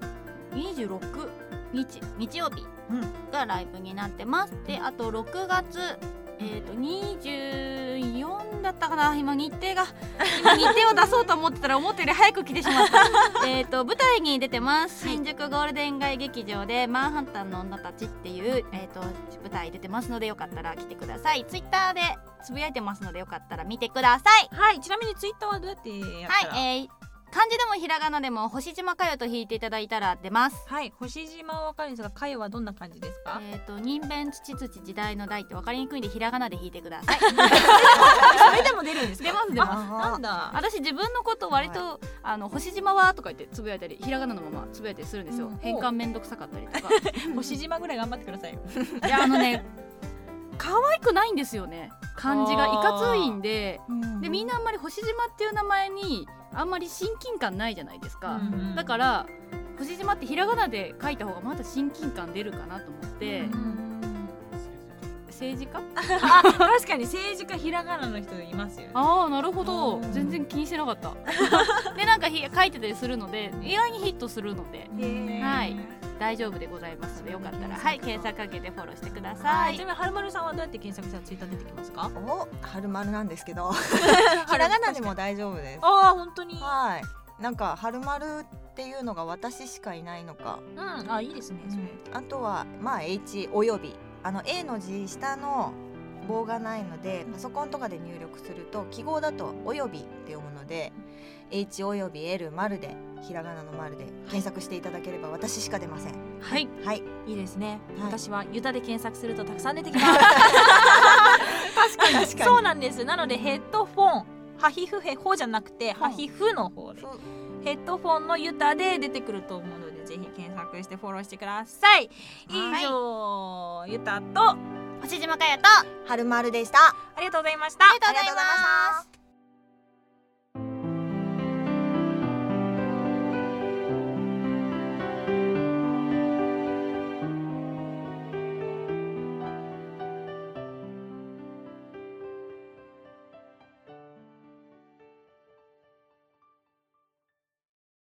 Speaker 3: 26日日曜日
Speaker 1: うん
Speaker 3: がライブになってます、であと6月えー、と24だったかな今日 [laughs] 程が今日程を出そうと思ってたら思ったより早く来てしまったえーと舞台に出てます新宿ゴールデン街劇場で「マンハッタンの女たち」っていう、えー、と舞台出てますのでよかったら来てくださいツイッターでつぶやいてますのでよかったら見てください
Speaker 1: はいちなみにツイッターはどうやってやったら
Speaker 3: はい、えー、漢字でもひらがなでも星島かよと弾いていただいたら出ます。
Speaker 1: はい、星島はわかるんですが、かよはどんな感じですか。
Speaker 3: えっ、と人弁土土時代の代って分かりにくいんでひらがなで弾いてください。
Speaker 1: それでも出るんですか。
Speaker 3: 出ます出ます
Speaker 1: あなんだ。
Speaker 3: 私自分のこと割と、あの星島はとか言ってつぶやいたりひらがなのままつぶやいたりするんですよ。
Speaker 1: うん
Speaker 3: 変換めんどくさかったりとか。
Speaker 1: 星島ぐらい頑張ってくださいよ。
Speaker 3: [laughs] いやあのね可愛くないんですよね漢字がいかついんで。でみんなあんまり星島っていう名前にあんまり親近感ないじゃないですか。
Speaker 1: うん
Speaker 3: だから星島ってひらがなで書いた方がまだ親近感出るかなと思って、
Speaker 1: うん
Speaker 3: 政治家
Speaker 1: あ [laughs] 確かに政治家ひらがなの人いますよね。
Speaker 3: ああなるほど、
Speaker 1: うん
Speaker 3: 全然気にしてなかった [laughs] でなんかひ書いてたりするので意外にヒットするので
Speaker 1: へー
Speaker 3: はい大丈夫でございますのでよかったら
Speaker 1: それ
Speaker 3: はい
Speaker 1: で検
Speaker 3: 検
Speaker 1: 索
Speaker 3: 索かけてフォローしてくださ
Speaker 1: はいい。ちなみに春丸さんはどうやって検索したらツイッター出てきますか。
Speaker 2: お春丸なんですけどひらがなでも大丈夫です
Speaker 1: ああ本当に。
Speaker 2: はいなんか春丸っていうのが私しかいないのか、
Speaker 1: うんあいいですねそれ。
Speaker 2: あとはまあ H およびあの A の字下の棒がないのでパソコンとかで入力すると記号だと「および」って読むので「H および L 丸」でひらがなのまるで検索していただければ私しか出ません
Speaker 3: はい
Speaker 2: はい
Speaker 1: いいですね、
Speaker 2: はい
Speaker 1: 私はユタで検索するとたくさん出てき [laughs] ます
Speaker 2: 確かに [laughs] 確かに
Speaker 1: そうなんですなのでヘッドフォンハヒフヘホじゃなくてハヒフの方で
Speaker 2: そう
Speaker 1: ヘッドフォンのユタで出てくると思うのでぜひ検索してフォローしてください以上、ユタと
Speaker 5: 星島かやと
Speaker 2: 春丸でした
Speaker 1: ありがとうございました
Speaker 5: ありがとうございます